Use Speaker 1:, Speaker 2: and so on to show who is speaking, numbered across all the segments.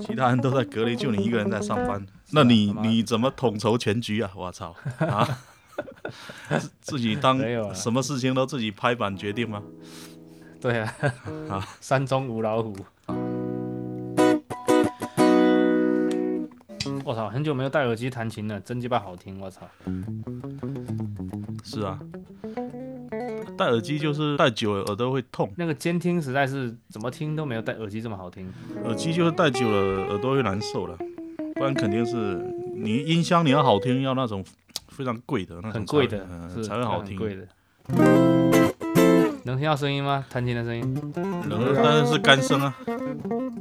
Speaker 1: 其他人都在隔离，就你一个人在上班。那你
Speaker 2: 他啊妈的
Speaker 1: 你怎么统筹全局啊？我 操啊！ 自自己当
Speaker 2: 没有啊
Speaker 1: 什么事情都自己拍板决定吗？
Speaker 2: 对啊，山中无老虎。我操，很久没有戴耳机弹琴了，真鸡巴好听！我操，
Speaker 1: 是啊，戴耳机就是戴久了耳朵会痛，
Speaker 2: 那个监听实在是怎么听都没有戴耳机这么好听。
Speaker 1: 耳机就是戴久了耳朵会难受了，不然肯定是你音箱你要好听，要那种非常贵的那种才会，
Speaker 2: 很贵的，
Speaker 1: 嗯
Speaker 2: 是
Speaker 1: 才会好听
Speaker 2: 很。贵的。能听到声音吗？弹琴的声音，
Speaker 1: 能呃但是是干声啊，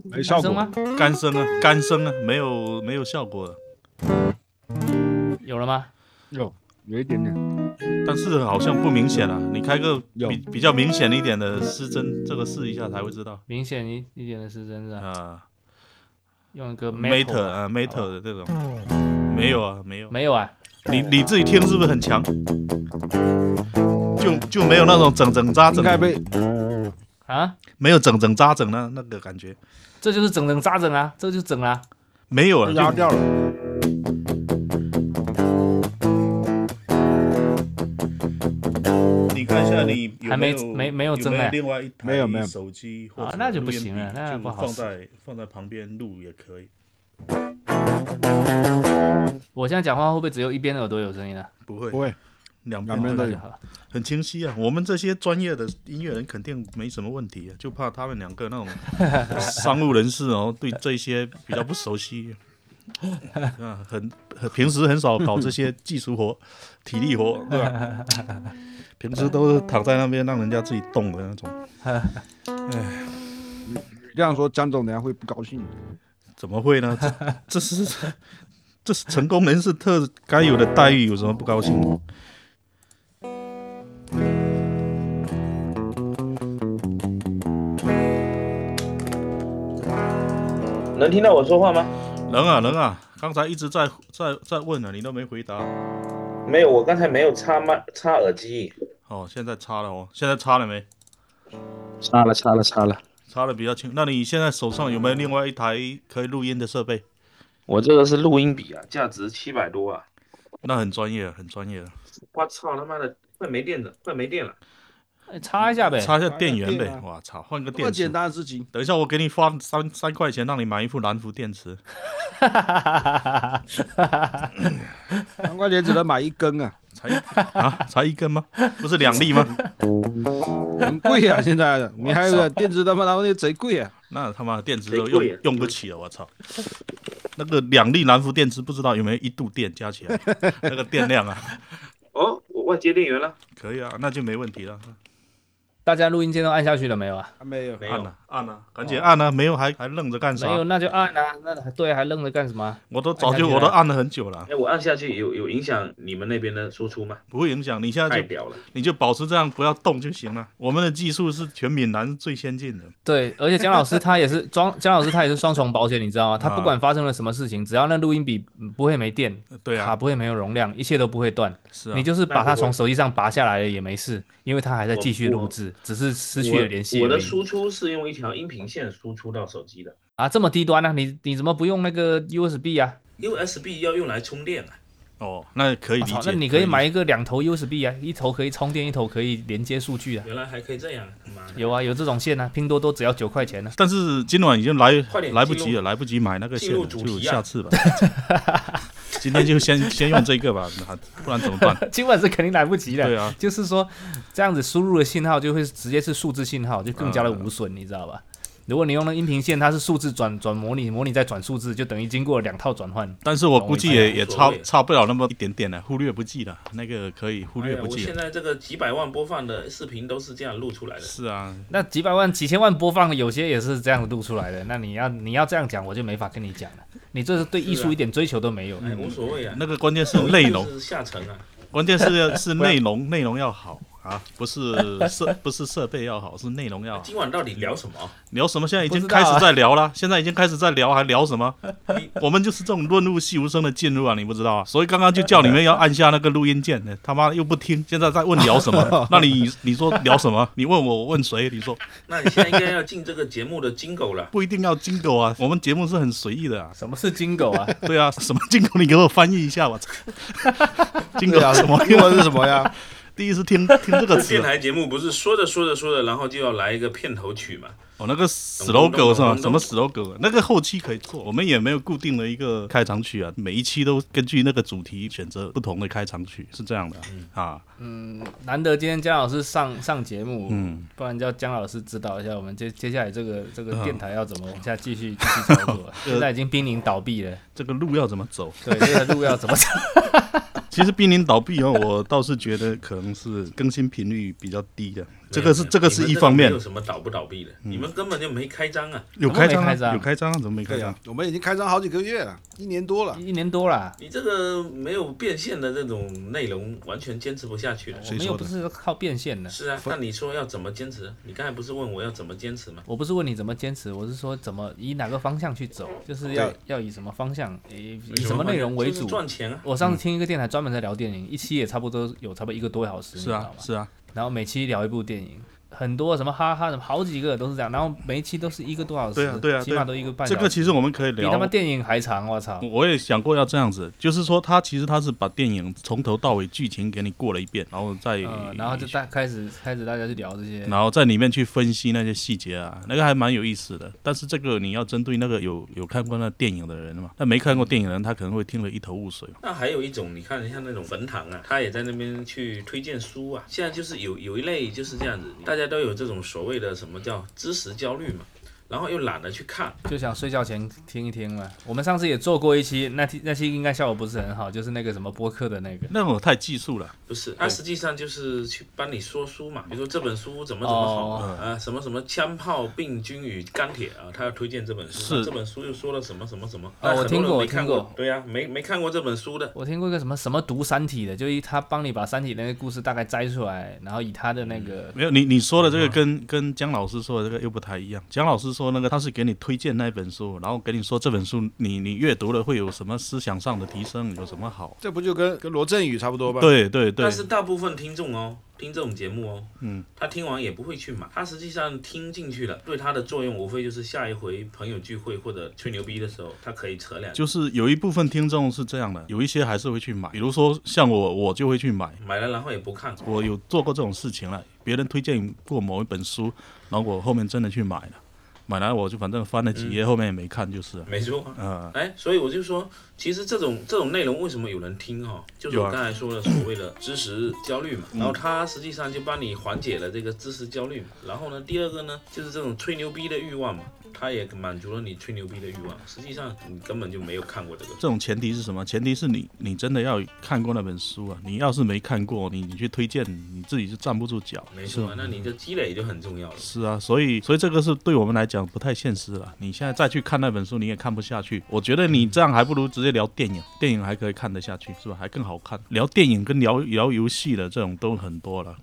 Speaker 3: 没效
Speaker 2: 男生
Speaker 3: 果，
Speaker 2: 吗？
Speaker 1: 干声啊，干声啊，没有没有效果的。
Speaker 2: 有了吗？
Speaker 3: 有有一点点，
Speaker 1: 但是好像不明显啊，你开个
Speaker 3: 有
Speaker 1: 比比较明显一点的失真，这个试一下才会知道
Speaker 2: 明显一一点的失真是吧？
Speaker 1: 啊。
Speaker 2: 用一个
Speaker 1: Mate
Speaker 2: metal
Speaker 1: 啊
Speaker 2: 好
Speaker 1: ，Mate 的这种没有啊，没有。
Speaker 2: 没有啊？
Speaker 1: 你你自己听是不是很强？就就没有那种整整扎
Speaker 3: 应
Speaker 1: 整，
Speaker 3: 该被
Speaker 2: 啊，
Speaker 1: 没有整整扎整那那个感觉，
Speaker 2: 这就是整整扎整啊，这就是整啊。
Speaker 1: 没有了。
Speaker 3: 压
Speaker 1: 就
Speaker 3: 掉了。
Speaker 1: 你看一下你有
Speaker 2: 还没
Speaker 1: 有
Speaker 2: 没没有
Speaker 1: 有
Speaker 2: 真
Speaker 1: 没有
Speaker 2: 哎
Speaker 1: 另外一台
Speaker 3: 没有没有
Speaker 1: 手机或
Speaker 2: 啊
Speaker 1: 者
Speaker 2: 那就
Speaker 1: 录
Speaker 2: 不
Speaker 1: 音
Speaker 2: 行
Speaker 1: 笔
Speaker 2: 了那
Speaker 1: 就
Speaker 2: 不好
Speaker 1: 放
Speaker 2: 使
Speaker 1: 在放在旁边录也可以，
Speaker 2: 我现在讲话会不会只有一边耳朵有声音啊？
Speaker 1: 不会
Speaker 3: 不会，
Speaker 1: 两
Speaker 3: 两边
Speaker 1: 边
Speaker 3: 都
Speaker 1: 都
Speaker 3: 有
Speaker 2: 那就好了。
Speaker 1: 很清晰啊。我们这些专业的音乐人肯定没什么问题啊，就怕他们两个那种商务人士哦，对这些比较不熟悉。啊，很很平时很少搞这些技术活、体力活，对吧？平时都是躺在那边让人家自己动的那种，
Speaker 3: 这样说江总等下会不高兴。
Speaker 1: 怎么会呢？这这是这是成功人士特该有的待遇，有什么不高兴的？
Speaker 4: 能听到我说话吗？
Speaker 1: 能啊能啊，刚才一直在在在问啊，你都没回答。
Speaker 4: 没有，我刚才没有插麦插耳机。
Speaker 1: 哦，现在插了哦，现在插了没？
Speaker 4: 插了，插了，插了。
Speaker 1: 插的比较轻。那你现在手上有没有另外一台可以录音的设备？
Speaker 4: 我这个是录音笔啊，价值七百多啊！
Speaker 1: 那很专业，很专业。
Speaker 4: 我操他妈的，快没电了，快没电了！
Speaker 2: 哎插一下呗，
Speaker 1: 插一下电源
Speaker 3: 插一下
Speaker 1: 呗
Speaker 3: 电。啊
Speaker 1: 我操，换个
Speaker 3: 这么
Speaker 1: 电池
Speaker 3: 简。单的事情，
Speaker 1: 等一下，我给你发三三块钱，让你买一副蓝幅电池。
Speaker 3: 三块钱只能买一根啊，
Speaker 1: 才一 啊，才一根吗？不是两粒吗？
Speaker 3: 很贵啊！现在的你还有个电池他妈他妈的贼贵啊！
Speaker 1: 那他妈的电池都
Speaker 4: 贼贵
Speaker 1: 用
Speaker 4: 啊
Speaker 1: 用不起了，我操！那个两粒蓝幅电池不知道有没有一度电加起来那个电量啊？
Speaker 4: 哦，我忘接电源了。
Speaker 1: 可以啊，那就没问题了。
Speaker 2: 大家录音键都按下去了没有啊？
Speaker 3: 啊没有，
Speaker 4: 没
Speaker 1: 按
Speaker 4: 有，
Speaker 1: 啊按啊，赶紧按啊！没有还还愣着干啥
Speaker 2: 没？有那就按啊，那还对啊还愣着干什么啊？
Speaker 1: 我都早就
Speaker 2: 按下去
Speaker 1: 我都
Speaker 2: 了
Speaker 1: 按了很久了，
Speaker 4: 哎，我按下去有有影响你们那边的输出吗？
Speaker 1: 不会影响。你现在
Speaker 4: 太
Speaker 1: 就
Speaker 4: 屌了！
Speaker 1: 你就保持这样，不要动就行了。我们的技术是全闽南最先进的，
Speaker 2: 对，而且姜老师他也是庄，姜老师他也是双重保险，你知道吗？他不管发生了什么事情，只要那录音笔嗯不会没电，
Speaker 1: 呃对
Speaker 2: 卡
Speaker 1: 啊，
Speaker 2: 不会没有容量，一切都不会断。
Speaker 1: 是啊
Speaker 2: 你，就是把它
Speaker 4: 那不会
Speaker 2: 从手机上拔下来了也没事，因为它还在继续录制，只是失去了联系
Speaker 4: 我。
Speaker 2: 而
Speaker 4: 我的
Speaker 2: 已。
Speaker 4: 输出是用一条音频线输出到手机的
Speaker 2: 啊，这么低端呢、你你怎么不用那个 USB 啊？
Speaker 4: ，USB 要用来充电啊。
Speaker 1: 哦，那可以
Speaker 2: 我
Speaker 1: 理解
Speaker 2: 操，。啊那你可以买
Speaker 1: 理
Speaker 2: 一个两头 USB 啊，一头可以充电，一头可以连接数据啊。
Speaker 4: 原来还可以这样啊，他妈的！
Speaker 2: 有啊，有这种线啊，拼多多只要九块钱呢、啊
Speaker 1: 解，但是今晚已经来
Speaker 4: 快点
Speaker 1: 来不及
Speaker 4: 进
Speaker 1: 了，来不及买那个线
Speaker 4: 进入
Speaker 1: 了，
Speaker 4: 主
Speaker 1: 就
Speaker 4: 题啊
Speaker 1: 下次吧。 今天就先 先用这个吧，那不然怎么 办？
Speaker 2: 今晚是肯定来不及的。
Speaker 1: 对啊，
Speaker 2: 就是说这样子输入的信号就会直接是数字信号，就更加的无损，你知道吧？如果你用了音频线，它是数字转转模拟，模拟再转数字，就等于经过了两套转换。
Speaker 1: 但是我估计也
Speaker 2: 哎
Speaker 4: 懂我意思
Speaker 1: 也
Speaker 4: 无所
Speaker 1: 差
Speaker 4: 谓
Speaker 1: 差不了那么一点点啊了，忽略不计了，那个可以忽
Speaker 4: 哎
Speaker 1: 略
Speaker 4: 呀，
Speaker 1: 不
Speaker 4: 我
Speaker 1: 计啊
Speaker 4: 现
Speaker 1: 了。
Speaker 4: 在这个几百万播放的视频都是这样录出来的。
Speaker 1: 是啊，
Speaker 2: 那几百万、几千万播放，有些也是这样录出来的。那你要你要这样讲，我就没法跟你讲了。你这是哎对艺
Speaker 4: 是
Speaker 2: 术
Speaker 4: 啊
Speaker 2: 一点追求都没有。嗯
Speaker 4: 哎，无所谓啊，
Speaker 1: 那个关键是内容
Speaker 4: 就，是下沉啊。
Speaker 1: 关键是是内容，内容要好。啊，不是设不是设备要好，是内容要好。
Speaker 4: 今晚到底聊什么？
Speaker 1: 聊什么？现在已
Speaker 2: 不
Speaker 1: 经
Speaker 2: 知道啊
Speaker 1: 开始在聊了， 现在已经开始在聊，还聊什么
Speaker 4: 你？
Speaker 1: 我们就是这种润物细无声的进入啊，你不知道啊？所以刚刚就叫你们要按下那个录音键， 他妈又不听，现在在问聊什 么？那你你说聊什么？ 你问我，我问谁？你说
Speaker 4: 那你现在应该要进这个节目的金狗 了。
Speaker 1: 不一定要金狗啊，我们节目是很随意的啊。
Speaker 2: 什么是金狗啊？
Speaker 1: 对啊， 什么金狗？你给我翻译一 下，我操！金狗
Speaker 5: 对啊，
Speaker 1: 什么？
Speaker 5: 英文是什么呀？
Speaker 1: 第一次听听这个词啊
Speaker 4: 电，台节目不是说着说着说着，然后就要来一个片头曲嘛？
Speaker 1: 哦，那个死 logo 是吗？
Speaker 4: 懂
Speaker 1: 什么死 logo？那个后期可以做，我们也没有固定的一个开场曲啊，每一期都根据那个主题选择不同的开场曲，是这样的
Speaker 2: 嗯
Speaker 1: 啊。啊
Speaker 2: 难得今天姜老师上上节目，
Speaker 1: 嗯，
Speaker 2: 不然叫姜老师指导一下我们接接下来这个这个电台要怎么往下继续继续操
Speaker 1: 嗯
Speaker 2: 作啊。 现在已经濒临倒闭 了，
Speaker 1: 这个路要怎么走？
Speaker 2: 对，这个路要怎么走？
Speaker 1: 其实濒临倒闭哦，我倒是觉得可能是更新频率比较低的，这个是
Speaker 4: 没有
Speaker 1: 这个是一方面嗯
Speaker 4: 你们这个没有。什么倒不倒闭的，你们根本就没开张啊！
Speaker 1: 有开张
Speaker 2: 怎
Speaker 1: 啊
Speaker 2: 么没开张
Speaker 1: 有开张啊，怎么没开
Speaker 5: 对
Speaker 1: 张
Speaker 5: 呀？，我们已经开张好几个月了，一年多
Speaker 3: 嗯
Speaker 5: 了。
Speaker 2: 一年多啦，
Speaker 4: 你这个没有变现的这种内容，完全坚持不下去了。
Speaker 2: 我们又不是靠变现的。
Speaker 4: 是啊，那你说要怎么坚持？你刚才不是问我要怎么坚持吗？
Speaker 2: 我不是问你怎么坚持，我是说怎么以哪个方向去走，就是要
Speaker 5: 对
Speaker 2: 要以什么方向，以以什么内容为
Speaker 4: 就是
Speaker 2: 主。
Speaker 4: 赚钱啊！
Speaker 2: 我上
Speaker 1: 嗯
Speaker 2: 次听一个电台专门在聊电影，一期也差不多有差不多一个多小时，
Speaker 1: 是啊
Speaker 2: 你知道吗
Speaker 1: 是啊，
Speaker 2: 然后每期聊一部电影，很多什么哈哈什么好几个都是这样，然后每一期都是一个多小时，
Speaker 1: 对啊对啊
Speaker 2: 起码都一个半小
Speaker 1: 这
Speaker 2: 时。
Speaker 1: 个其实我们可以
Speaker 2: 比他
Speaker 1: 聊
Speaker 2: 妈。电影还长，我操！
Speaker 1: 我也想过要这样子，就是说他其实他是把电影从头到尾剧情给你过了一遍，然后再
Speaker 2: 呃，然后就大开始开始大家去聊这些，
Speaker 1: 然后在里面去分析那些细节啊，那个还蛮有意思的。但是这个你要针对那个有有看过那电影的人嘛，那没看过电影的人他可能会听了一头雾水。
Speaker 4: 那还有一种，你看像那种坟堂啊，他也在那边去推荐书啊。现在就是有有一类就是这样子，大家都有这种所谓的什么叫知识焦虑嘛，然后又懒得去看。
Speaker 2: 就想睡觉前听一听嘛。我们上次也做过一期，那期那期应该效果不是很好，就是那个什么播客的那个。
Speaker 1: 那种太技术了，
Speaker 4: 不是，他实际上就是去帮你说书嘛，比如说这本书怎么怎么好
Speaker 2: 哦
Speaker 4: 啊，啊什么什么枪炮、病菌与钢铁啊，他要推荐这本书，
Speaker 1: 是
Speaker 4: 那这本书又说了什么什么什么，
Speaker 2: 哦
Speaker 4: 但
Speaker 2: 我
Speaker 4: 很多
Speaker 2: 听过
Speaker 4: 人
Speaker 2: 我
Speaker 4: 没
Speaker 2: 听
Speaker 4: 看
Speaker 2: 过
Speaker 4: 对呀、啊没没看过这本书的，
Speaker 2: 我听过一个什么什么读《三体》的，就一他帮你把《三体》那个故事大概摘出来，然后以他的那个
Speaker 1: 没有你你说的这个
Speaker 4: 嗯
Speaker 1: 跟跟姜老师说的这个又不太一样。姜老师说那个他是给你推荐那一本书，然后给你说这本书你你阅读了会有什么思想上的提升，有什么好。
Speaker 5: 这不就跟跟罗振宇差不多吧？，
Speaker 1: 对对对
Speaker 4: 但，是大部分听众哦，听这种节目哦，嗯，他听完也不会去买，他实际上听进去了，对他的作用无非就是下一回朋友聚会或者吹牛逼的时候，他可以扯两句，
Speaker 1: 就是有一部分听众是这样的，有一些还是会去买，比如说像我我就会去买，
Speaker 4: 买了然后也不看，
Speaker 1: 我有做过这种事情了，别人推荐过某一本书，然后我后面真的去买了，买来我就反正翻了几页，后面也没看就是了。
Speaker 4: 没错啊。
Speaker 1: 嗯，
Speaker 4: 哎，所以我就说，其实这种这种内容为什么有人听哈、就是
Speaker 1: 有
Speaker 4: 我
Speaker 1: 啊嗯
Speaker 4: 刚才说的所谓的知识焦虑嘛，然后它实际上就帮你缓解了这个知识焦虑嘛。然后呢，第二个呢，就是这种吹牛逼的欲望嘛，它也满足了你吹牛逼的欲望。实际上你根本就没有看过这个。
Speaker 1: 这种前提是什么？前提是你你真的要看过那本书啊，你要是没看过，你你去推荐，你自己就站不住脚。
Speaker 4: 没
Speaker 1: 是
Speaker 4: 错啊，那你的积累就很重要了。
Speaker 1: 是啊，所以所以这个是对我们来讲不太现实了。你现在再去看那本书，你也看不下去。我觉得你这样还不如直接聊电影，
Speaker 4: 嗯
Speaker 1: 电影还可以看得下去，是吧？还更好看。聊电影跟聊聊游戏的这种都很多了。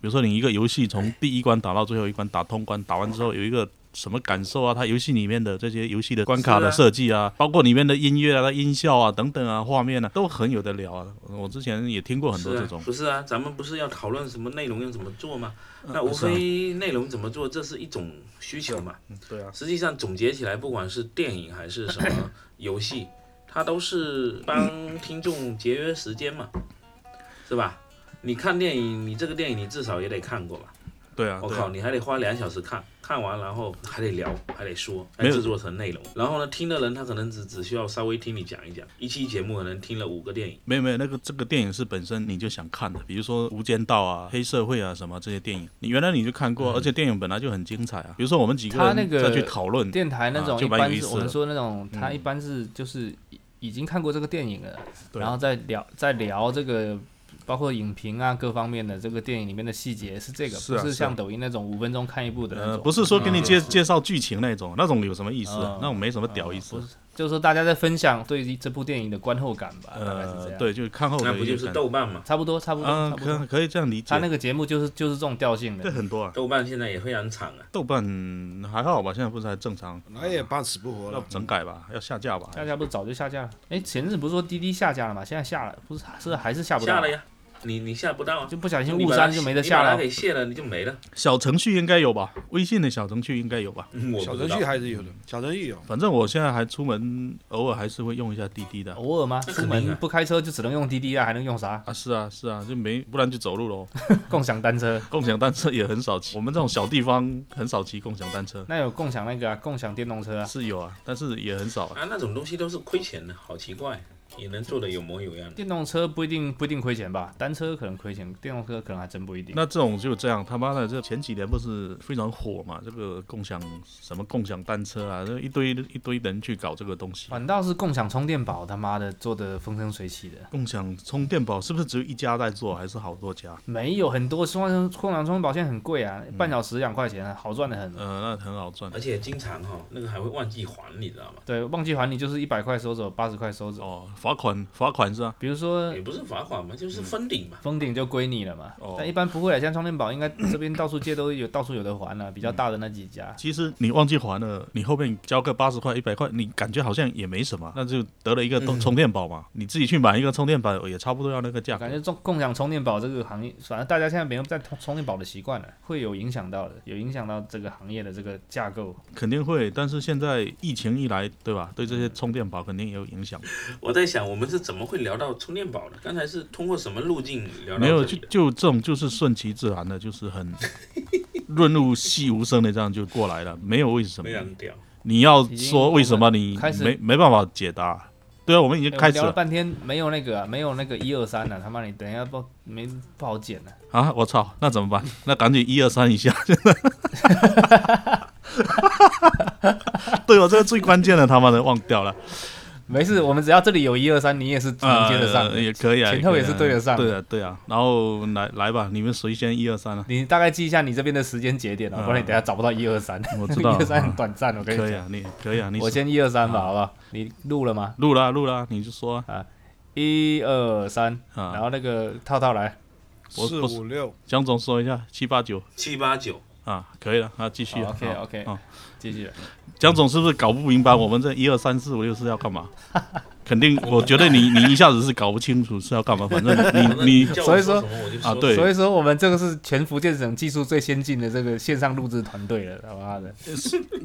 Speaker 1: 比如说你一个游戏从第一关打到最后一关，打通关，打完之后有一个。什么感受啊？它游戏里面的这些游戏的关卡的
Speaker 4: 是
Speaker 1: 设计 啊，包括里面的音乐啊、音效啊等等啊、画面啊，都很有得聊啊。我之前也听过很多
Speaker 4: 是啊
Speaker 1: 这种。
Speaker 4: 不是啊，咱们不是要讨论什么内容要怎么做吗？
Speaker 1: 嗯
Speaker 4: 那无
Speaker 1: 啊
Speaker 4: 非内容怎么做，这是一种需求嘛。
Speaker 1: 对啊，
Speaker 4: 实际上总结起来，不管是电影还是什么游戏，它都是帮听众节约时间嘛，是吧？你看电影，你这个电影你至少也得看过吧？
Speaker 1: 对啊，
Speaker 4: 我
Speaker 1: 对啊
Speaker 4: 靠，你还得花两小时看，看完然后还得聊，还得说，
Speaker 1: 没
Speaker 4: 还
Speaker 1: 有
Speaker 4: 制作成内容。然后呢，听的人他可能只只需要稍微听你讲一讲，一期节目可能听了五个电影。
Speaker 1: 没有没有，那个这个电影是本身你就想看的，比如说《无间道》啊、《黑社会啊》什么这些电影，你原来你就看过，
Speaker 2: 嗯
Speaker 1: 而且电影本来就很精彩啊。比如说我们几个
Speaker 2: 他
Speaker 1: 人
Speaker 2: 那个
Speaker 1: 再去讨论，
Speaker 2: 电台那种，
Speaker 1: 啊
Speaker 2: 一
Speaker 1: 就蛮有
Speaker 2: 般
Speaker 1: 意
Speaker 2: 是
Speaker 1: 思
Speaker 2: 我们
Speaker 1: 的嗯
Speaker 2: 说那种，他一般是就是已已经看过这个电影了，
Speaker 1: 对
Speaker 2: 然后再聊再聊这个。包括影评啊，各方面的这个电影里面的细节是这个，
Speaker 1: 是啊
Speaker 2: 不是
Speaker 1: 是啊
Speaker 2: 像抖音那种五分钟看一部的那
Speaker 1: 呃，
Speaker 2: 种，
Speaker 1: 不是说给你介介绍剧情那种，那种有什么意思啊？
Speaker 2: 嗯
Speaker 1: 那种没什么屌意思啊
Speaker 2: 不。是就是说大家在分享对于这部电影的观后感吧，大概是这
Speaker 1: 呃，
Speaker 2: 样。，
Speaker 1: 对，就是看后的
Speaker 4: 那不就是豆瓣嘛？
Speaker 2: 差不多，差不多，
Speaker 1: 啊，
Speaker 2: 差不
Speaker 1: 可
Speaker 2: 多。
Speaker 1: 可以这样理解
Speaker 2: 他。那个节目就是就是这种调性
Speaker 1: 对，
Speaker 2: 的，
Speaker 1: 很多啊，
Speaker 4: 豆瓣现在也非常惨啊，
Speaker 1: 豆瓣还好吧，现在不是还正常，
Speaker 2: 嗯
Speaker 3: 那也半死不活
Speaker 1: 要
Speaker 3: 了。
Speaker 1: 整改吧，要下架吧。
Speaker 2: 大家不是早就下架了？哎，前日不是说滴滴下架了吗？现在下了，不是是还是下不到？啊
Speaker 4: 下了呀，你你下不到啊，
Speaker 2: 就不小心
Speaker 4: 你
Speaker 2: 误
Speaker 4: 把它
Speaker 2: 删就没得
Speaker 4: 你
Speaker 2: 下
Speaker 4: 把它
Speaker 2: 了。
Speaker 4: 给卸了你就 没了。
Speaker 1: 小程序应该有吧？微信的小程序应该有吧？
Speaker 4: 嗯我
Speaker 3: 小
Speaker 4: 不知
Speaker 3: 程
Speaker 4: 道
Speaker 3: 序，还是有的，小程序有。
Speaker 1: 反正我现在还出门，偶尔还是会用一下滴滴的。
Speaker 2: 偶尔吗？
Speaker 4: 那
Speaker 2: 出
Speaker 4: 肯定啊
Speaker 2: 门不开车就只能用滴滴啊，还能用啥？
Speaker 1: 啊，是啊，是啊，就没，不然就走路喽。
Speaker 2: 共享单车。
Speaker 1: 共享单车也很少骑，我们这种小地方很少骑共享单车，
Speaker 2: 那有共享那个、啊、共享电动车啊，
Speaker 1: 是有啊，但是也很少啊。
Speaker 4: 啊，那种东西都是亏钱的，好奇怪，啊也能做的有模有样的。
Speaker 2: 电动车不一定不一定亏钱吧？单车可能亏钱，电动车可能还真不一定。
Speaker 1: 那这种就这样，他妈的，这前几年不是非常火嘛？这个共享什么共享单车啊，这一堆一堆人去搞这个东西。
Speaker 2: 反倒是共享充电宝，他妈的做的风生水起的，
Speaker 1: 共享充电宝是不是只有一家在做，还是好多家？
Speaker 2: 没有很多。共享共享充电宝现在很贵啊，
Speaker 4: 嗯
Speaker 2: 半小时两块钱啊、好赚的很。
Speaker 1: 呃，那很好赚
Speaker 4: 而且经常哈、那个还会忘记还，你知道吗？
Speaker 2: 对，忘记还你就是一百块收走，八十块收走。
Speaker 1: 哦。罚款罚款是吧？
Speaker 2: 比如说
Speaker 4: 也不是罚款嘛，
Speaker 2: 嗯
Speaker 4: 就是封顶嘛。
Speaker 2: 封顶就归你了嘛，
Speaker 1: 哦
Speaker 2: 但一般不会啊。像充电宝应该这边到处借都有，到处有的还啊了、比较大的那几家。
Speaker 1: 其实你忘记还了，你后面交个八十块、一百块，你感觉好像也没什么，那就得了一个
Speaker 2: 嗯
Speaker 1: 充充电宝嘛。你自己去买一个充电宝也差不多要那个价格
Speaker 2: 感。觉共共享充电宝这个行业，反正大家现在没有在充充电宝的习惯了，会有影响到的，有影响到这个行业的这个架构。
Speaker 1: 肯定会，但是现在疫情一来，对吧？对这些充电宝肯定也有影响。
Speaker 4: 我在想，我们是怎么会聊到充电宝的？刚才是通过什么路径
Speaker 2: 嗯
Speaker 4: 聊
Speaker 1: 没有，
Speaker 4: 到这
Speaker 1: 就
Speaker 4: 里的？
Speaker 1: 就这种就是顺其自然的，就是很润物细无声的这样就过来了，没有为什么
Speaker 4: 非。
Speaker 2: 啊
Speaker 4: 常屌，
Speaker 1: 你要说为什么你
Speaker 2: 开始
Speaker 1: 没没办法解答？对啊，我们已经
Speaker 2: 哎
Speaker 1: 开
Speaker 2: 我
Speaker 1: 始
Speaker 2: 聊了
Speaker 1: 了
Speaker 2: 半天没有那个啊、没有那个一二三了，他妈你等一下不没不好剪了、
Speaker 1: 啊！我操，那怎么办？那赶紧一二三一下。 对哦我、这个最关键的，他妈的忘掉了。
Speaker 2: 没事，我们只要这里有一二三，你也是能接得上的。
Speaker 1: 呃也可以啊，
Speaker 2: 前后
Speaker 1: 可以
Speaker 2: 也是
Speaker 1: 啊
Speaker 2: 对得上
Speaker 1: 对啊，对啊。然后来来吧，你们谁先一二三啊？
Speaker 2: 你大概记一下你这边的时间节点哦，
Speaker 1: 嗯
Speaker 2: 不然你等一下找不到一二三。
Speaker 1: 我知
Speaker 2: 一
Speaker 1: 道
Speaker 2: 二三很
Speaker 1: 嗯
Speaker 2: 短暂，我跟
Speaker 1: 可
Speaker 2: 你
Speaker 1: 以
Speaker 2: 讲。
Speaker 1: 啊，你可以啊，你
Speaker 2: 我先一二三吧，好不好？你录了吗？
Speaker 1: 录啦录啦，你就说啊
Speaker 2: 一二三，
Speaker 1: 啊
Speaker 2: 然后那个套套来，
Speaker 1: 我
Speaker 3: 四
Speaker 1: 不是
Speaker 3: 五六，
Speaker 1: 江总说一下七八九
Speaker 4: 七八九，
Speaker 1: 啊，可以了啊，继续啊。
Speaker 2: OK
Speaker 1: 好
Speaker 2: OK，
Speaker 1: 好
Speaker 2: 哦继续。啊
Speaker 1: 江总是不是搞不明白我们这一二三四五六是要干嘛？ 肯定，我觉得你你一下子是搞不清楚是要干嘛，反正你你
Speaker 4: 叫
Speaker 2: 所
Speaker 4: 我
Speaker 2: 以说
Speaker 4: 说什么我就
Speaker 1: 啊
Speaker 4: 说。
Speaker 1: 对，
Speaker 2: 所以说我们这个是全福建省技术最先进的这个线上录制团队了，他妈的！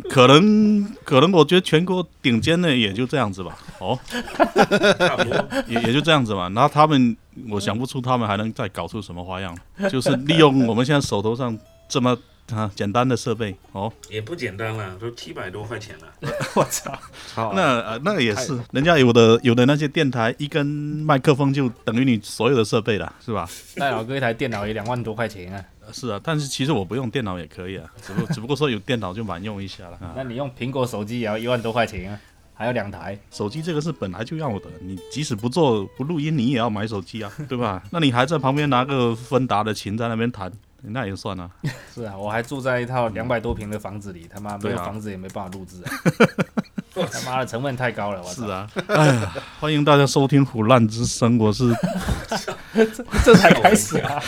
Speaker 1: 可能可能我觉得全国顶尖的也就这样子吧，哦，
Speaker 4: 差不多。
Speaker 1: 也也就这样子嘛。然后他们，我想不出他们还能再搞出什么花样，就是利用我们现在手头上这么啊简单的设备哦。
Speaker 4: 也不简单啦，都七百多块钱了。
Speaker 2: 我 操，
Speaker 5: 操，
Speaker 1: 那呃那也是，人家有的有的那些电台一根麦克风就等于你所有的设备了，是吧？
Speaker 2: 那哎老哥一台电脑也两万多块钱啊，
Speaker 1: 是啊，但是其实我不用电脑也可以啊，只不过只不过说有电脑就蛮用一下了啊。
Speaker 2: 那你用苹果手机也要一万多块钱啊，还有两台。
Speaker 1: 手机这个是本来就要的，你即使不做不录音，你也要买手机啊，对 吧？那你还在旁边拿个芬达的琴在那边弹，那也算啊。
Speaker 2: 是啊，我还住在一套两百多平的房子里，他妈没
Speaker 1: 对
Speaker 2: 有
Speaker 1: 啊
Speaker 2: 房子也没办法录制啊，他妈的成本太高了，我
Speaker 1: 是
Speaker 2: 操！
Speaker 1: 啊，哎呀，欢迎大家收听《虎烂之声》，我是
Speaker 2: 这才开始啊，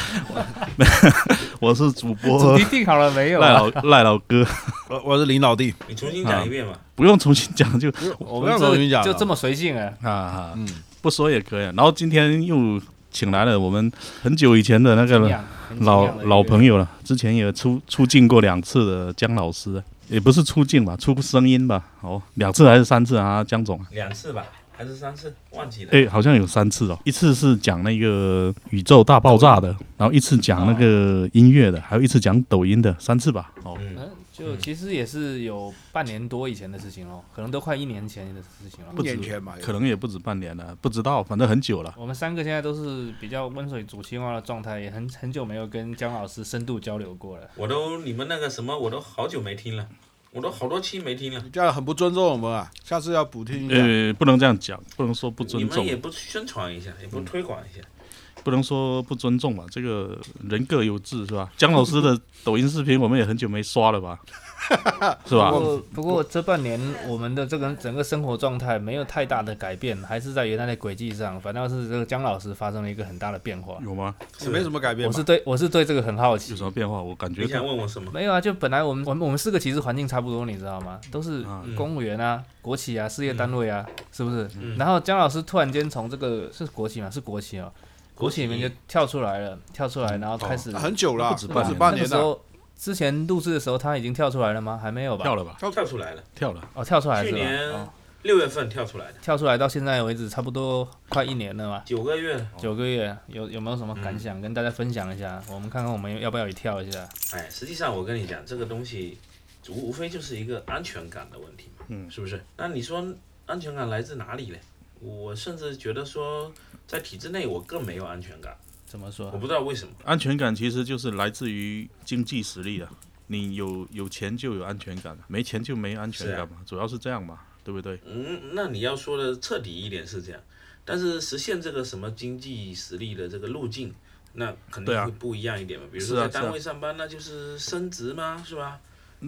Speaker 1: 我是主
Speaker 2: 主
Speaker 1: 播
Speaker 2: 题定好了没有
Speaker 1: 赖
Speaker 2: 啊？
Speaker 1: 老赖老哥，
Speaker 3: 我我是林老弟，
Speaker 4: 你重新讲一遍吧。
Speaker 1: 不用重新讲就
Speaker 2: 我
Speaker 5: 不
Speaker 2: 们
Speaker 5: 要跟你
Speaker 2: 这
Speaker 5: 讲
Speaker 2: 就
Speaker 5: 了
Speaker 2: 这么随性啊，
Speaker 1: 啊，嗯，不说也可以。然后今天又请来了我们很久以前的那
Speaker 2: 这
Speaker 1: 个
Speaker 2: 样很尽量
Speaker 1: 老
Speaker 2: 的一个
Speaker 1: 老朋友了，之前也出出镜过两次的江老师，也不是出镜吧，出声音吧，哦，两次还是三次啊，江总。
Speaker 4: 两次吧，还是三次？忘记了。
Speaker 1: 哎，好像有三次哦，一次是讲那个宇宙大爆炸的，然后一次讲那个音乐的，还有一次讲抖音的，三次吧。哦，
Speaker 4: 嗯，
Speaker 2: 嗯，就其实也是有半年多以前的事情咯，可能都快一年前的事情了
Speaker 1: 不。
Speaker 3: 一
Speaker 1: 止
Speaker 3: 年前吧，
Speaker 1: 可能也不止半年了，不知道，反正很久了。
Speaker 2: 我们三个现在都是比较温水煮青蛙的状态，也很很久没有跟姜老师深度交流过了。
Speaker 4: 我都你们那个什么，我都好久没听了，我都好多期没听了
Speaker 3: 你。这样很不尊重我们啊！下次要补听一下。
Speaker 1: 呃，不能这样讲，不能说不
Speaker 4: 你
Speaker 1: 尊
Speaker 4: 们
Speaker 1: 重
Speaker 4: 也，不宣传一下，也不推广一下，
Speaker 1: 不能说不尊 重吧。这个人各有志是吧？姜老师的抖音视频我们也很久没刷了吧？是吧
Speaker 2: 不？过不过这半年我们的这个整个生活状态没有太大的改变，还是在原来的轨迹上，反倒是这个姜老师发生了一个很大的变化。
Speaker 1: 有吗？
Speaker 3: 也没什么改变
Speaker 2: 我
Speaker 3: 吧
Speaker 2: 是。对我是对这个很好奇
Speaker 1: 有什。么变化？我感觉
Speaker 4: 你想问我什么？
Speaker 2: 没有啊，就本来我们我们我们四个其实环境差不多，你知道吗？都是公务员啊、国企啊、事业单位啊，是不是？然后姜老师突然间从这个是国企嘛，是国企嗯哦，国企里面就跳出来了，跳出来，然后开始、
Speaker 3: 啊很久了，
Speaker 1: 不止半
Speaker 3: 不止
Speaker 1: 年
Speaker 2: 那
Speaker 3: 半
Speaker 2: 个
Speaker 3: 年
Speaker 2: 时
Speaker 3: 了。
Speaker 2: 候之前录制的时候他已经跳出来了吗？还没有吧？
Speaker 1: 跳了吧，
Speaker 4: 跳出来了，
Speaker 1: 跳了。
Speaker 2: 哦，跳出来是
Speaker 4: 去
Speaker 2: 吧？
Speaker 4: 年
Speaker 2: 哦
Speaker 4: 六月份跳出来的，
Speaker 2: 跳出来到现在为止，差不多快一年了嘛，
Speaker 4: 九个月了。
Speaker 2: 九个月，有有没有什么感想、跟大家分享一下？我们看看我们要不要也跳一下？
Speaker 4: 哎，实际上我跟你讲，这个东西无无非就是一个安全感的问题嘛，嗯，是不是？那你说安全感来自哪里呢？我甚至觉得说，在体制内我更没有安全感，
Speaker 2: 怎么
Speaker 4: 我
Speaker 2: 说？
Speaker 4: 不知道为什么。
Speaker 1: 安全感其实就是来自于经济实力啊，你有有钱就有安全感，没钱就没安全
Speaker 4: 啊
Speaker 1: 感嘛，主要是这样嘛，对不对？
Speaker 4: 嗯，那你要说的彻底一点是这样，但是实现这个什么经济实力的这个路径，那肯
Speaker 1: 对
Speaker 4: 定
Speaker 1: 啊
Speaker 4: 会不一样一点嘛。比如
Speaker 1: 是
Speaker 4: 说
Speaker 1: 啊
Speaker 4: 在
Speaker 1: 是
Speaker 4: 单
Speaker 1: 啊嗯
Speaker 4: 位上班，那就是升职嘛，是吧？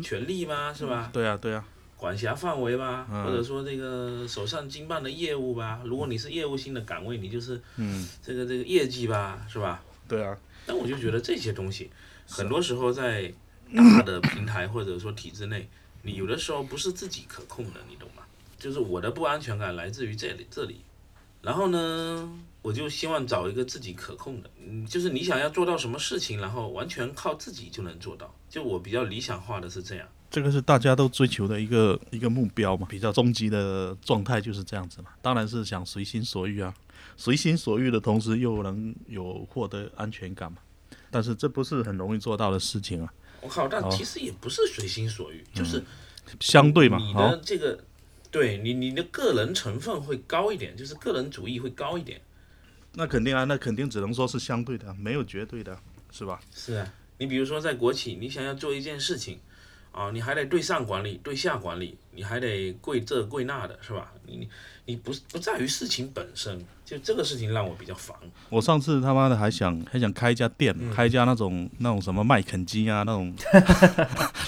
Speaker 4: 权利嘛，是吧？
Speaker 1: 对啊，对啊，
Speaker 4: 管辖范围吧，
Speaker 1: 嗯
Speaker 4: 或者说这个手上经办的业务吧。如果你是业务性的岗位，你就是
Speaker 1: 嗯，
Speaker 4: 这个这个业绩吧，是吧？
Speaker 1: 对啊，
Speaker 4: 那我就觉得这些东西，很多时候在大的平台或者说体制内，你有的时候不是自己可控的，你懂吗？就是我的不安全感来自于这里这里。然后呢，我就希望找一个自己可控的，嗯，就是你想要做到什么事情，然后完全靠自己就能做到。就我比较理想化的是这样。
Speaker 1: 这个是大家都追求的一个一个目标嘛，比较终极的状态就是这样子嘛。当然是想随心所欲啊，随心所欲的同时又能有获得安全感嘛。但是这不是很容易做到的事情啊，
Speaker 4: 我靠，但
Speaker 1: 哦嗯
Speaker 4: 其实也不是随心所欲，就是
Speaker 1: 相对嘛，哦
Speaker 4: 你
Speaker 1: 好、
Speaker 4: 的这个，对你你的个人成分会高一点，就是个人主义会高一点。
Speaker 1: 那肯定啊，那肯定只能说是相对的，啊没有绝对的，是吧？
Speaker 4: 是啊，你比如说在国企，你想要做一件事情，啊，你还得对上管理，对下管理，你还得跪这跪那的，是吧？你你你不不在于事情本身，就这个事情让我比较烦。
Speaker 1: 我上次他妈的还想还想开一家店，
Speaker 4: 嗯
Speaker 1: 开一家那种那种什么麦肯基啊，那种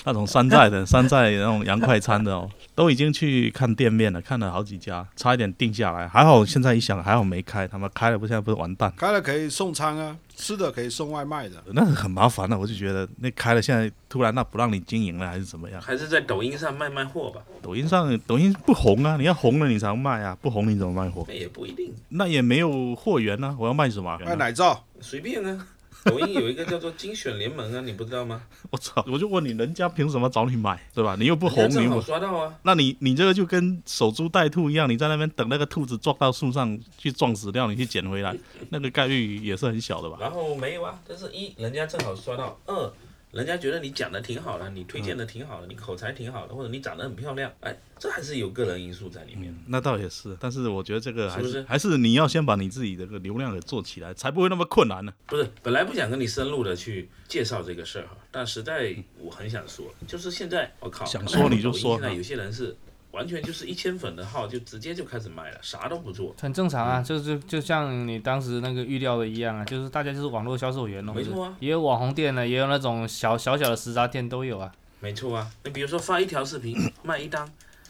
Speaker 1: 那种山寨的山寨那种洋快餐的哦，都已经去看店面了，看了好几家，差一点定下来，还好现在一想还好没开，他妈开了不现在不是完蛋，
Speaker 3: 开了可以送餐啊，吃的可以送外卖的。
Speaker 1: 那很麻烦啊的、我就觉得那开了现在突然那不让你经营了还是怎么样？
Speaker 4: 还是在抖音上卖卖货吧，
Speaker 1: 抖音上抖音不红啊，你要红了你才能卖啊，不红你怎么卖货？
Speaker 4: 那也不一定，
Speaker 1: 那也没有货源啊，我要卖什么啊？
Speaker 3: 卖奶罩，
Speaker 4: 随便啊。抖音有一个叫做精选联盟啊，你不知道吗？
Speaker 1: 我操！我就问你，人家凭什么找你买，对吧？你又不红，
Speaker 4: 人家
Speaker 1: 你
Speaker 4: 正
Speaker 1: 又
Speaker 4: 好
Speaker 1: 不
Speaker 4: 刷到啊，
Speaker 1: 那你你这个就跟守株待兔一样，你在那边等那个兔子撞到树上去撞死掉，你去捡回 来，那个概率也是很小的吧？
Speaker 4: 然后没有啊，但是一人家正好刷到，二人家觉得你讲的挺好的，你推荐的挺好的，你口才挺好的，或者你长得很漂亮，哎，这还是有个人因素在里面的。
Speaker 1: 那倒也是，但是我觉得这个还是
Speaker 4: 是不是
Speaker 1: 还是你要先把你自己的这个流量给做起来，才不会那么困难啊呢、
Speaker 4: 不是，本来不想跟你深入的去介绍这个事儿哈，但实在我很想说，就是现在我靠，
Speaker 1: 想说你就说啊
Speaker 4: 抖音现在有些人是完全就是一千粉的号就直接就开始卖了，啥都不做，
Speaker 2: 很正常啊，就是就像你当时那个预料的一样啊，就是大家就是网络销售员咯，
Speaker 4: 没错啊
Speaker 2: 也有网红店呢，也有那种小小小的食杂店都有啊。
Speaker 4: 没错啊。你比如说发一条视频卖一单，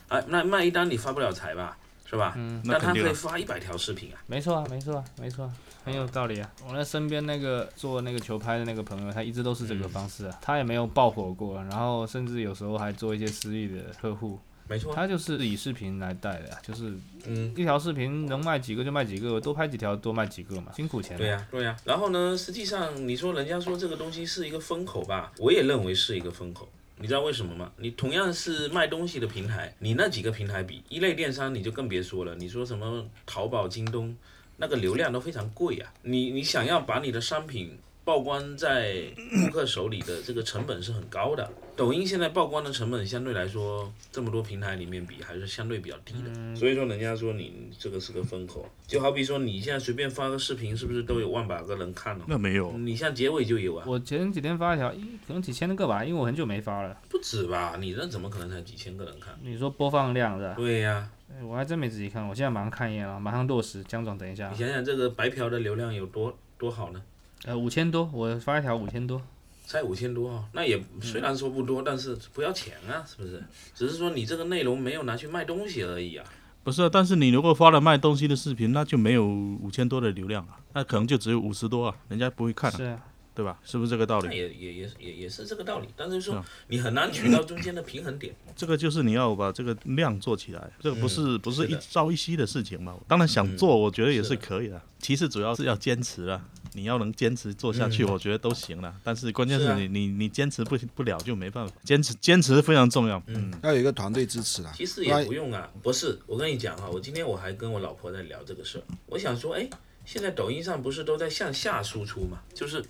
Speaker 4: 哎，那卖一单你发不了财吧，是吧？嗯，
Speaker 1: 那
Speaker 4: 但他
Speaker 1: 肯
Speaker 4: 可
Speaker 1: 定
Speaker 4: 以
Speaker 1: 啊
Speaker 4: 发一百条视频啊。
Speaker 2: 没错啊，没错啊，没错、啊，很有道理啊。我那身边那个做那个球拍的那个朋友，他一直都是这个方式啊，他也没有爆火过，然后甚至有时候还做一些私域的客户，
Speaker 4: 没错啊，
Speaker 2: 他就是以视频来带的啊、就是
Speaker 4: 嗯，
Speaker 2: 一条视频能卖几个就卖几个，多拍几条多卖几个嘛，辛苦钱啊。
Speaker 4: 对呀、对呀、然后呢，实际上你说人家说这个东西是一个风口吧，我也认为是一个风口。你知道为什么吗？你同样是卖东西的平台，你那几个平台比一类电商你就更别说了。你说什么淘宝、京东，那个流量都非常贵啊。你你想要把你的商品曝光在顾客手里的这个成本是很高的。抖音现在曝光的成本相对来说，这么多平台里面比还是相对比较低的。所以说，人家说你这个是个风口，就好比说你现在随便发个视频，是不是都有万把个人看了、
Speaker 1: 那没有，
Speaker 4: 你像结尾就有啊，
Speaker 2: 我前几天发一条，一可能几千个吧，因为我很久没发了。
Speaker 4: 不止吧？你那怎么可能才几千个人看？
Speaker 2: 你说播放量是吧？
Speaker 4: 对呀、
Speaker 2: 哎我还真没仔细看，我现在马上看一眼啊，马上落实。江总，等一下啊
Speaker 4: 你，想想这个白嫖的流量有多多好呢？
Speaker 2: 呃，五千多，我发一条五千多，
Speaker 4: 才五千多啊，那也虽然说不多，但是不要钱啊，是不是？只是说你这个内容没有拿去卖东西而已啊。
Speaker 1: 不是、啊，但是你如果发了卖东西的视频，那就没有五千多的流量了，那可能就只有五十多啊，人家不会看、啊，
Speaker 2: 是啊，
Speaker 1: 对吧？是不是这个道
Speaker 4: 那
Speaker 1: 理？
Speaker 4: 也也也也也是这个道理，但是
Speaker 1: 是
Speaker 4: 说
Speaker 1: 啊
Speaker 4: 你很难取到中间的平衡点。
Speaker 1: 这个就是你要把这个量做起来，这个不是、不是
Speaker 4: 嗯是
Speaker 1: 一
Speaker 4: 的嗯
Speaker 1: 朝一夕的事情嘛。当然想做，我觉得也
Speaker 4: 是
Speaker 1: 是
Speaker 4: 的
Speaker 1: 可以的。其实主要是要坚持了，你要能坚持做下去，我觉得都行了。但是关键
Speaker 4: 嗯是
Speaker 1: 是
Speaker 4: 啊
Speaker 1: 你你你坚持不不了就没办法，坚持坚持非常重要。嗯，
Speaker 3: 要有一个团队支持啦。
Speaker 4: 其实
Speaker 3: 不然
Speaker 1: 哎
Speaker 4: 也不用啊，不是，我跟你讲啊哈、我今天我还跟我老婆在聊这个事儿，我想说，哎，现在抖音上不是都在向下输出嘛，就是，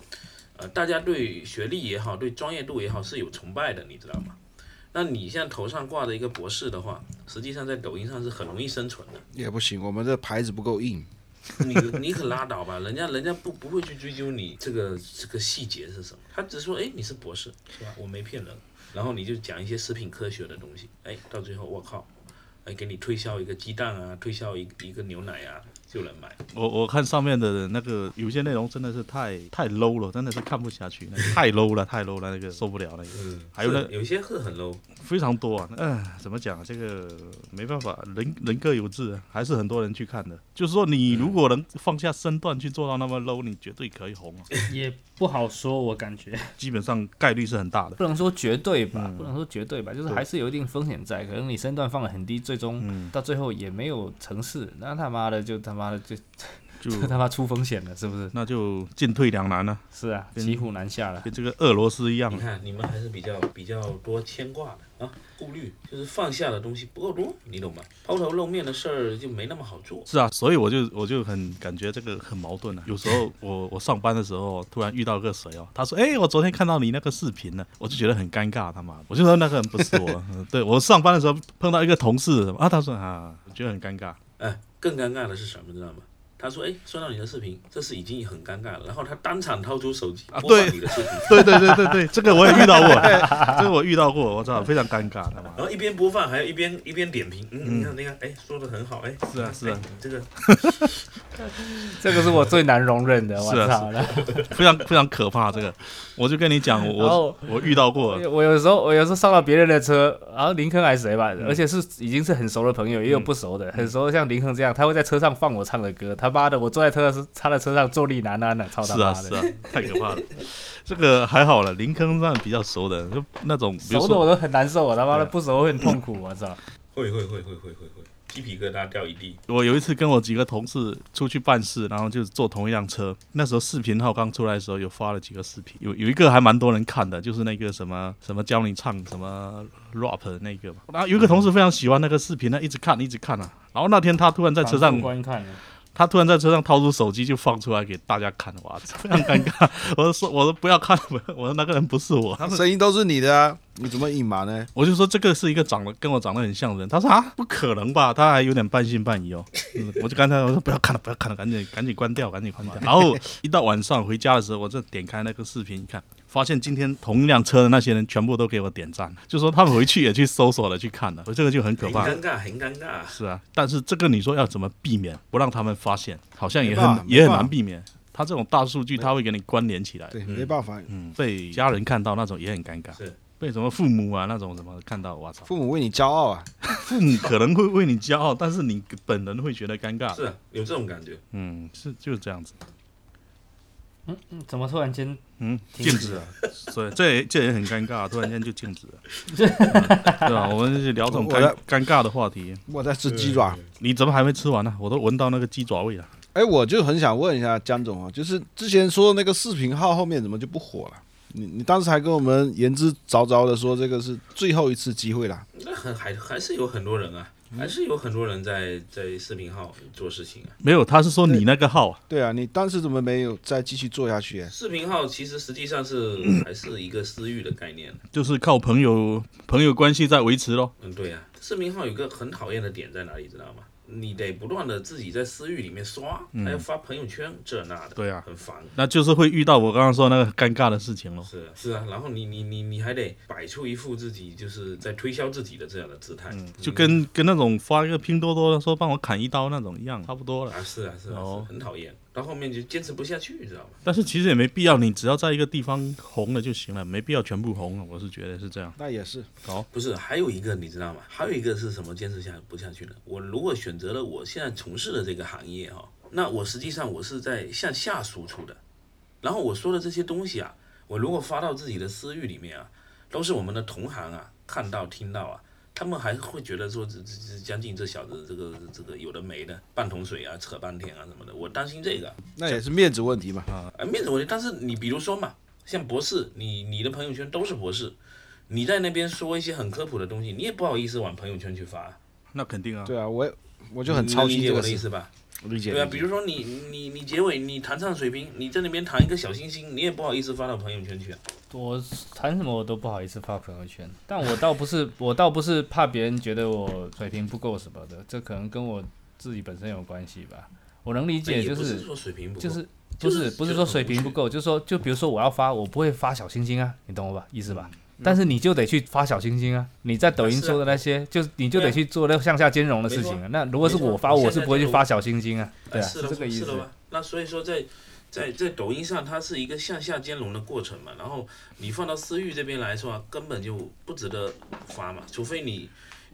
Speaker 4: 呃，大家对学历也好，对专业度也好是有崇拜的，你知道吗？那你像头上挂着一个博士的话，实际上在抖音上是很容易生存的。
Speaker 3: 也不行，我们这牌子不够硬。
Speaker 4: 你你可拉倒吧，人家人家不不会去追究你这个这个细节是什么，他只说哎你是博士是吧？我没骗人，然后你就讲一些食品科学的东西，哎，到最后我靠，哎给你推销一个鸡蛋啊，推销一一个牛奶啊，就有人买。
Speaker 1: 我我看上面的那个有些内容真的是太太 low 了，真的是看不下去，那个、太 low 了，太 low 了，那个受不了那个。
Speaker 4: 嗯，
Speaker 1: 还有呢
Speaker 4: 是有些是很 low，
Speaker 1: 非常多啊，嗯、怎么讲啊？这个没办法，人人各有志啊，还是很多人去看的。就是说，你如果能放下身段去做到那么 low，你绝对可以红啊，
Speaker 6: 也不好说，我感觉。
Speaker 1: 基本上概率是很大的。
Speaker 2: 不能说绝对吧，
Speaker 1: 嗯
Speaker 2: 不能说绝对吧，就是还是有一定风险在。可能你身段放得很低，最
Speaker 1: 嗯
Speaker 2: 终到最后也没有成事，那他妈的就他妈的就
Speaker 1: 就
Speaker 2: 就 他妈出风险了，是不是？
Speaker 1: 那就进退两难了、啊，
Speaker 2: 是啊，
Speaker 1: 跟
Speaker 2: 骑虎难下了。
Speaker 1: 跟这个俄罗斯一样
Speaker 4: 你
Speaker 1: 啊。
Speaker 4: 看你们还是比较比较多牵挂的啊，顾虑就是放下的东西不够多，你懂吧？抛头露面的事儿就没那么好做。
Speaker 1: 是啊，所以我就我就很感觉这个很矛盾啊。有时候我我上班的时候突然遇到个谁哦，他说：“哎、我昨天看到你那个视频了。”我就觉得很尴尬，他妈的，我就说那个人不是我。 嗯对我上班的时候碰到一个同事啊，他说啊，我觉得很尴尬。
Speaker 4: 哎，更尴尬的是什么，知道吗？他说：“哎，刷到你的视频，这是已经很尴尬了。”然后他当场掏出手机
Speaker 1: 啊
Speaker 4: 播放
Speaker 1: 对
Speaker 4: 你的视频，
Speaker 1: 对对对对 对，这个我也遇到过，这个我遇到过，我操，非常尴尬，他妈
Speaker 4: 然后一边播放还要一边一边点评。嗯，你看那个，哎，说的很好，哎，
Speaker 1: 是啊是啊
Speaker 4: 哎，你这个
Speaker 2: 这个是我最难容忍 的，我
Speaker 1: 是啊
Speaker 2: 操！然后
Speaker 1: 非常非常可怕。这个，我就跟你讲，
Speaker 2: 然
Speaker 1: 我
Speaker 2: 后
Speaker 1: 我遇到 过，
Speaker 2: 我有时候我有时候上到别人的车，然后林肯还是谁吧，
Speaker 1: 嗯
Speaker 2: 而且是已经是很熟的朋友，也有不熟的，很熟像林肯这样，他会在车上放我唱的歌，他妈的，我坐在车上他的车上坐立难安的，操他
Speaker 1: 是啊
Speaker 2: 妈
Speaker 1: 是
Speaker 2: 的！
Speaker 1: 啊，太可怕了。这个还好了，林坑算比较熟的，就那种比如
Speaker 2: 熟的我
Speaker 1: 说
Speaker 2: 都很难受，我他妈的
Speaker 1: 对
Speaker 2: 不熟会很痛苦，我操！
Speaker 4: 会会会会会会会，鸡皮疙瘩掉一地。
Speaker 1: 我有一次跟我几个同事出去办事，然后就坐同一辆车。那时候视频号刚出来的时候，有发了几个视频，有有一个还蛮多人看的，就是那个什么什么教你唱什么 rap 的那个嘛。然后有一个同事非常喜欢那个视频，他一直看一直看啊。然后那天他突然在车
Speaker 6: 反
Speaker 1: 上
Speaker 6: 复观看了，
Speaker 1: 他突然在车上掏出手机就放出来给大家看，哇，非常尴尬。 我就说，我说不要看，我我说那个人不是我，
Speaker 3: 声音都是你的啊，你怎么隐瞒呢？
Speaker 1: 我就说这个是一个长得跟我长得很像的人。他说啊，不可能吧？他还有点半信半疑哦。嗯我就刚才我说不要看了，不要看了，赶紧赶紧关掉，赶紧关 掉。然后一到晚上回家的时候，我就点开那个视频一看。发现今天同一辆车的那些人全部都给我点赞，就说他们回去也去搜索了，去看了，我这个就很可
Speaker 4: 很
Speaker 1: 怕。
Speaker 4: 尴尬，很尴尬。
Speaker 1: 是啊，但是这个你说要怎么避免不让他们发现，好像也
Speaker 3: 没办法
Speaker 1: 很也很
Speaker 3: 没办法
Speaker 1: 难避免。他这种大数据，他会给你关联起来，
Speaker 3: 对，没办法，
Speaker 1: 嗯，被家人看到那种也很尴尬，
Speaker 4: 是
Speaker 1: 被什么父母啊那种什么看到，我操，
Speaker 3: 父母为你骄傲啊。
Speaker 1: 父母可能会为你骄傲，但是你本人会觉得尴尬，
Speaker 4: 是啊，有这种感觉。
Speaker 1: 嗯，是就是这样子，
Speaker 6: 嗯怎么突然间
Speaker 1: 嗯，禁
Speaker 6: 停
Speaker 1: 止
Speaker 6: 止
Speaker 1: 了，所以这也这也很尴尬，突然间就禁 止了，嗯对吧？我们就聊这种
Speaker 3: 我
Speaker 1: 尴尴尬的话题，
Speaker 3: 我在吃鸡爪。
Speaker 1: 你怎么还没吃完呢、我都闻到那个鸡爪味了。
Speaker 3: 哎，我就很想问一下江总啊，就是之前说那个视频号后面怎么就不火了？你你当时还跟我们言之凿凿的说这个是最后一次机会啦，
Speaker 4: 那很还还是有很多人啊，还是有很多人在在视频号做事情啊。
Speaker 1: 没有，他是说你那个号啊，
Speaker 3: 对啊，你当时怎么没有再继续做下去？啊
Speaker 4: 视频号其实实际上是还是一个私域的概念。
Speaker 1: 就是靠朋友朋友关系在维持咯。
Speaker 4: 嗯，对呀、视频号有个很讨厌的点在哪里，知道吗？你得不断的自己在私域里面刷，还要发朋友圈这那的，
Speaker 1: 嗯对啊
Speaker 4: 很烦。
Speaker 1: 那就是会遇到我刚刚说那个尴尬的事情咯。
Speaker 4: 是啊是啊，然后
Speaker 1: 嗯
Speaker 4: 你你你你还得摆出一副自己就是在推销自己的这样的姿态，
Speaker 1: 就跟跟那种发一个拼多多说帮我砍一刀那种一样，差不多了。
Speaker 4: 啊是啊是啊是
Speaker 1: 哦
Speaker 4: 很讨厌，到后面就坚持不下去，你知道吗？
Speaker 1: 但是其实也没必要，你只要在一个地方红了就行了，没必要全部红了。我是觉得是这样。
Speaker 3: 那也是
Speaker 4: 不是，还有一个你知道吗？还有一个是什么坚持下不下去呢？我如果选择了我现在从事的这个行业哈、那我实际上我是在向下输出的，然后我说的这些东西啊，我如果发到自己的私域里面啊，都是我们的同行啊看到听到啊，他们还会觉得说这这这将近这小子这个这个有的没的半桶水啊扯半天啊什么的，我担心这个。
Speaker 3: 那也是面子问题嘛。
Speaker 4: 啊，面子问题。但是你比如说嘛，像博士，你你的朋友圈都是博士，你在那边说一些很科普的东西，你也不好意思往朋友圈去发，
Speaker 1: 那肯定啊，
Speaker 3: 对啊，我也我就
Speaker 4: 你
Speaker 3: 很
Speaker 4: 能
Speaker 3: 操
Speaker 4: 理
Speaker 3: 心
Speaker 4: 解
Speaker 3: 这
Speaker 4: 我
Speaker 3: 个
Speaker 4: 的意
Speaker 3: 事。
Speaker 4: 思吧？
Speaker 3: 理解
Speaker 4: 对啊，
Speaker 3: 理解
Speaker 4: 比如说你你你结尾你弹唱水平，你在那边弹一个小星星，你也不好意思发到朋友圈去啊。
Speaker 2: 我谈什么我都不好意思发朋友圈，但我倒不是， 我倒不是怕别人觉得我水平不够什么的，这可能跟我自己本身有关系吧。我能理解，
Speaker 4: 也
Speaker 2: 就
Speaker 4: 不
Speaker 2: 是
Speaker 4: 说水平不够，
Speaker 2: 就是不
Speaker 4: 就是
Speaker 2: 是不
Speaker 4: 就是是
Speaker 2: 说
Speaker 4: 很
Speaker 2: 水
Speaker 4: 无
Speaker 2: 平
Speaker 4: 趣
Speaker 2: 不够，就是说就比如说我要发，我不会发小星星啊，你懂我吧意思
Speaker 4: 嗯
Speaker 2: 吧？但是你就得去发小星星啊！你在抖音
Speaker 4: 是啊
Speaker 2: 做的那些，就你就
Speaker 4: 对啊
Speaker 2: 得去做那向下兼容的事情啊。那如果是
Speaker 4: 没错
Speaker 2: 我发，我
Speaker 4: 现
Speaker 2: 是
Speaker 4: 在
Speaker 2: 不会
Speaker 4: 就
Speaker 2: 去
Speaker 4: 是
Speaker 2: 发小星星啊。对
Speaker 4: 哎
Speaker 2: 啊，
Speaker 4: 是的
Speaker 2: 这个意
Speaker 4: 是的
Speaker 2: 思。
Speaker 4: 吧？那所以说在，在在抖音上，它是一个向下兼容的过程嘛。然后你放到私域这边来说啊，根本就不值得发嘛，除非你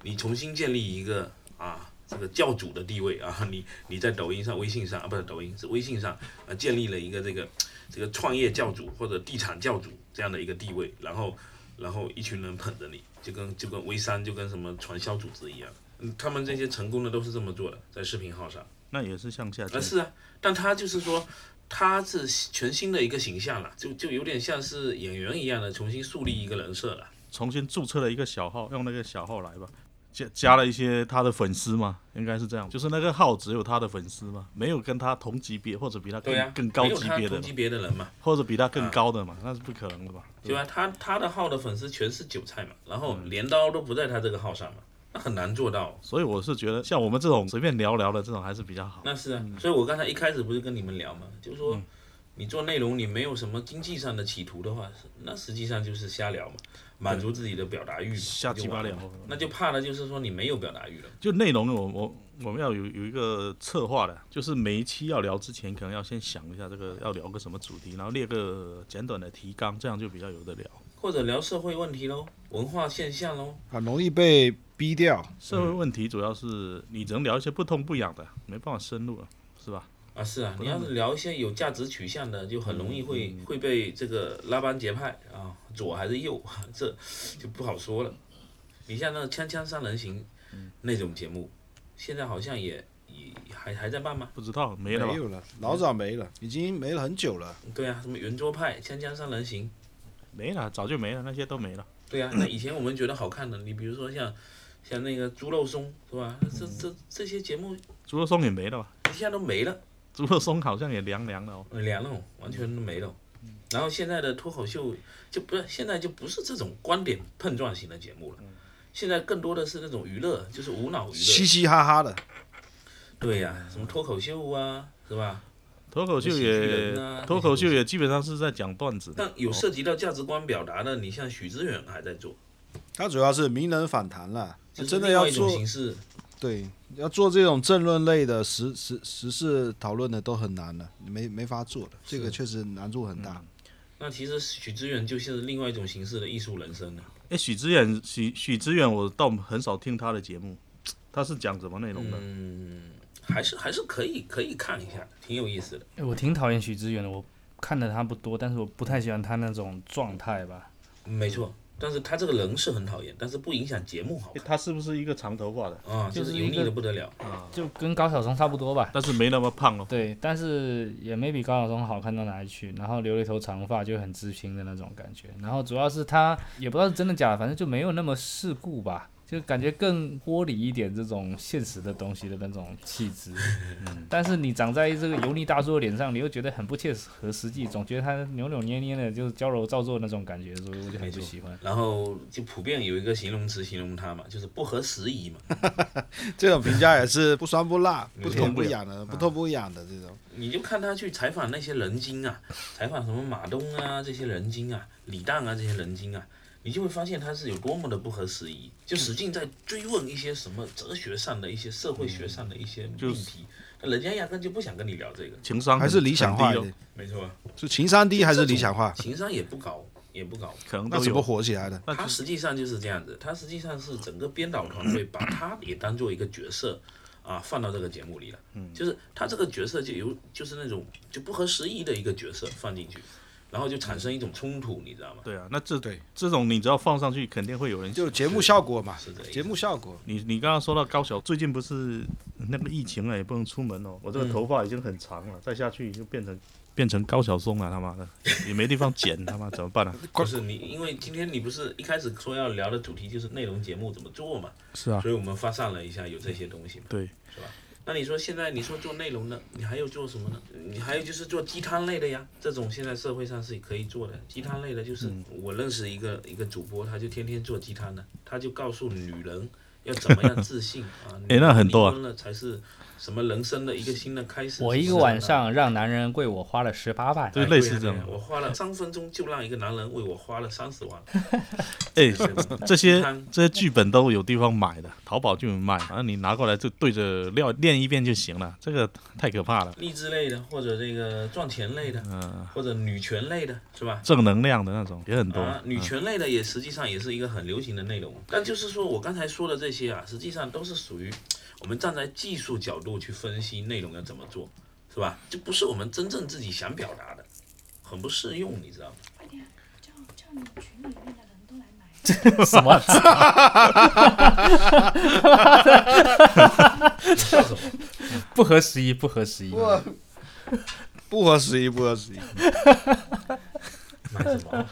Speaker 4: 你重新建立一个啊这个教主的地位啊，你你在抖音上、微信上啊，不是抖音是微信上啊，建立了一个这个这个创业教主或者地产教主这样的一个地位，然后然后一群人捧着你，就跟就跟微商就跟什么传销组织一样。嗯，他们这些成功的都是这么做的，在视频号上。
Speaker 1: 那也是向下兼
Speaker 4: 啊，是啊，但他就是说，他是全新的一个形象了，就就有点像是演员一样的重新树立一个人设了。
Speaker 1: 重新注册了一个小号，用那个小号来吧，加加了一些他的粉丝嘛，应该是这样，就是那个号只有他的粉丝嘛，没有跟他同级别或者比他更、
Speaker 4: 对呀、啊，
Speaker 1: 更高
Speaker 4: 没有
Speaker 1: 级
Speaker 4: 他
Speaker 1: 别的
Speaker 4: 同
Speaker 1: 嘛，
Speaker 4: 级别啊的人嘛，
Speaker 1: 或者比他更高的嘛，那是不可能的吧？
Speaker 4: 对吧？他他的号的粉丝全是韭菜嘛，然后
Speaker 1: 嗯
Speaker 4: 镰刀都不在他这个号上嘛，那很难做到。
Speaker 1: 所以我是觉得，像我们这种随便聊聊的这种还是比较好。
Speaker 4: 那是啊，所以我刚才一开始不是跟你们聊嘛，就是说。
Speaker 1: 嗯
Speaker 4: 你做内容，你没有什么经济上的企图的话，那实际上就是瞎聊嘛，满足自己的表达欲嘛，
Speaker 1: 瞎
Speaker 4: 就
Speaker 1: 鸡巴
Speaker 4: 完了
Speaker 1: 聊
Speaker 4: 嘛那就怕的就是说你没有表达欲了。
Speaker 1: 就内容我，我我们要有有一个策划的，就是每一期要聊之前，可能要先想一下这个要聊个什么主题，然后列个简短的提纲，这样就比较有的聊。
Speaker 4: 或者聊社会问题喽，文化现象喽，
Speaker 3: 很容易被逼掉。
Speaker 1: 社会问题主要是你只能聊一些不痛不痒的，没办法深入了，是吧？
Speaker 4: 啊是啊，你要是聊一些有价值取向的，就很容易会、会被这个拉帮结派啊，左还是右， 这就不好说了。你像那个《锵锵三人行》那种节目，现在好像也也还还在办吗？
Speaker 1: 不知道没了吧
Speaker 3: 没？有了，老早没了，已经没了很久了。
Speaker 4: 对啊，什么圆桌派、《锵锵三人行》，
Speaker 1: 没了，早就没了，那些都没了。
Speaker 4: 对啊，那以前我们觉得好看的，你比如说像像那个猪肉松是吧？这这这些节目
Speaker 1: 猪肉松也没了吧？
Speaker 4: 一下都没了。
Speaker 1: 猪肉松好像也凉凉了哦。
Speaker 4: 凉了，完全都没了。然后现在的脱口秀就不是现在就不是这种观点碰撞型的节目了，现在更多的是那种娱乐，就是无脑娱
Speaker 3: 嘻
Speaker 4: 乐。
Speaker 3: 嘻哈哈的，
Speaker 4: 对呀、什么脱口秀啊，是吧？
Speaker 1: 脱口秀
Speaker 4: 喜剧
Speaker 1: 也
Speaker 4: 人啊
Speaker 1: 脱口秀也基本上是在讲段子的，
Speaker 4: 但有涉及到价值观表达的，你像许知远还在做，
Speaker 3: 它主要是名人反弹了。
Speaker 4: 就是
Speaker 3: 真的
Speaker 4: 另外
Speaker 3: 要
Speaker 4: 一种
Speaker 3: 做
Speaker 4: 形式。
Speaker 3: 对，要做这种政论类的时时时事讨论的都很难了，没没法做的，这个确实难度很大。
Speaker 4: 那其实许知远就是另外一种形式的艺术人生了。啊
Speaker 1: 哎，许知远，许许知远，我倒很少听他的节目，他是讲什么内容的？
Speaker 4: 嗯，还是还是可以可以看一下，挺有意思的。
Speaker 6: 哎我挺讨厌许知远的，我看的他不多，但是我不太喜欢他那种状态吧。
Speaker 4: 没错，但是他这个人是很讨厌，但是不影响节目好
Speaker 1: 诶
Speaker 4: 看
Speaker 1: 他是不是一个长头发的？
Speaker 4: 啊，就
Speaker 6: 就是是
Speaker 4: 油
Speaker 6: 一
Speaker 4: 腻
Speaker 6: 个
Speaker 4: 的不得了。
Speaker 6: 就跟高晓松差不多吧。
Speaker 1: 但是没那么胖哦。
Speaker 6: 对，但是也没比高晓松好看到哪里去。然后留了一头长发，就很知拼的那种感觉。然后主要是他也不知道是真的假的，反正就没有那么世故吧，就感觉更脱离一点这种现实的东西的那种气质。嗯、但是你长在这个油腻大叔的脸上，你又觉得很不切合实际，总觉得他扭扭捏捏的，就是娇柔造作那种感觉，所以我就很不喜欢。
Speaker 4: 然后就普遍有一个形容词形容它嘛，就是不合时宜嘛。嗯
Speaker 3: 这种评价也是不酸不辣、不
Speaker 1: 痛
Speaker 3: 痛
Speaker 1: 不
Speaker 3: 不
Speaker 1: 痒
Speaker 3: 痒的，不痛不痒的这种。
Speaker 4: 你就看他去采访那些人精啊，采访什么马东啊这些人精啊，李诞啊这些人精啊，你就会发现它是有多么的不合时宜，就使劲在追问一些什么哲学上的一些、社会学上的一些
Speaker 1: 就
Speaker 4: 命
Speaker 1: 是
Speaker 4: 题，那人家压根就不想跟你聊这个，
Speaker 1: 情商
Speaker 3: 还是理想化
Speaker 1: 化
Speaker 3: 一点，
Speaker 4: 没错吧，
Speaker 3: 是情商低还是理想化？
Speaker 4: 情商也不高，也不高。
Speaker 1: 可能
Speaker 3: 那
Speaker 1: 都
Speaker 3: 怎么
Speaker 1: 有。
Speaker 3: 火起来的？
Speaker 4: 他实际上就是这样子，他实际上是整个编导团队把他也当做一个角色啊放到这个节目里了，
Speaker 1: 嗯
Speaker 4: 就是他这个角色就有就是那种就不合时宜的一个角色放进去，然后就产生一种冲突，你知道吗？
Speaker 1: 对啊，那这
Speaker 3: 对
Speaker 1: 这种你只要放上去，肯定会有人。
Speaker 3: 就节目效果嘛
Speaker 4: 是的，
Speaker 3: 节目效果。
Speaker 1: 你你刚刚说到高晓，最近不是那个疫情了，也不能出门哦。我这个头发已经很长了，再下去就变成变成高晓松了，他妈的也没地方剪，他妈怎么办 啊？
Speaker 4: 不是你，因为今天你不是一开始说要聊的主题就是内容节目怎么做嘛，
Speaker 1: 是啊，
Speaker 4: 所以我们发散了一下有这些东西嘛。
Speaker 1: 对，
Speaker 4: 那你说现在你说做内容的，你还有做什么呢？你还有就是做鸡汤类的呀，这种现在社会上是可以做的。鸡汤类的就是
Speaker 1: 嗯
Speaker 4: 我认识一个一个主播，他就天天做鸡汤的，他就告诉女人要怎么样 自信啊，
Speaker 1: 诶那很多啊
Speaker 4: 女人离婚了才是什么人生的一个新的开始。
Speaker 6: 我一个晚上让男人为我花了十八万，
Speaker 1: 对
Speaker 4: 哎。
Speaker 1: 类似
Speaker 4: 对呀
Speaker 1: 这种
Speaker 4: 对呀我花了三分钟就让一个男人为我花了三十万，
Speaker 1: 哎、
Speaker 4: 是吧
Speaker 1: 这些
Speaker 4: 鸡汤
Speaker 1: 这些剧本都有地方买的，淘宝就有卖，然后你拿过来就对着料练一遍就行了，这个太可怕了，
Speaker 4: 励志类的，或者这个赚钱类的，
Speaker 1: 嗯
Speaker 4: 或者女权类的，是吧？
Speaker 1: 正能量的那种也很多。嗯
Speaker 4: 啊，女权类的也实际上也是一个很流行的内容。但就是说我刚才说的这些啊，实际上都是属于我们站在技术角度去分析内容要怎么做，是吧？这不是我们真正自己想表达的，很不适用，你 知道吗？
Speaker 7: 叫叫你群里面的人都来买。
Speaker 6: 什么？
Speaker 4: 你笑什么？
Speaker 6: 不合时宜，不合时宜。
Speaker 3: 不合时宜，不合时宜。
Speaker 4: 买什么？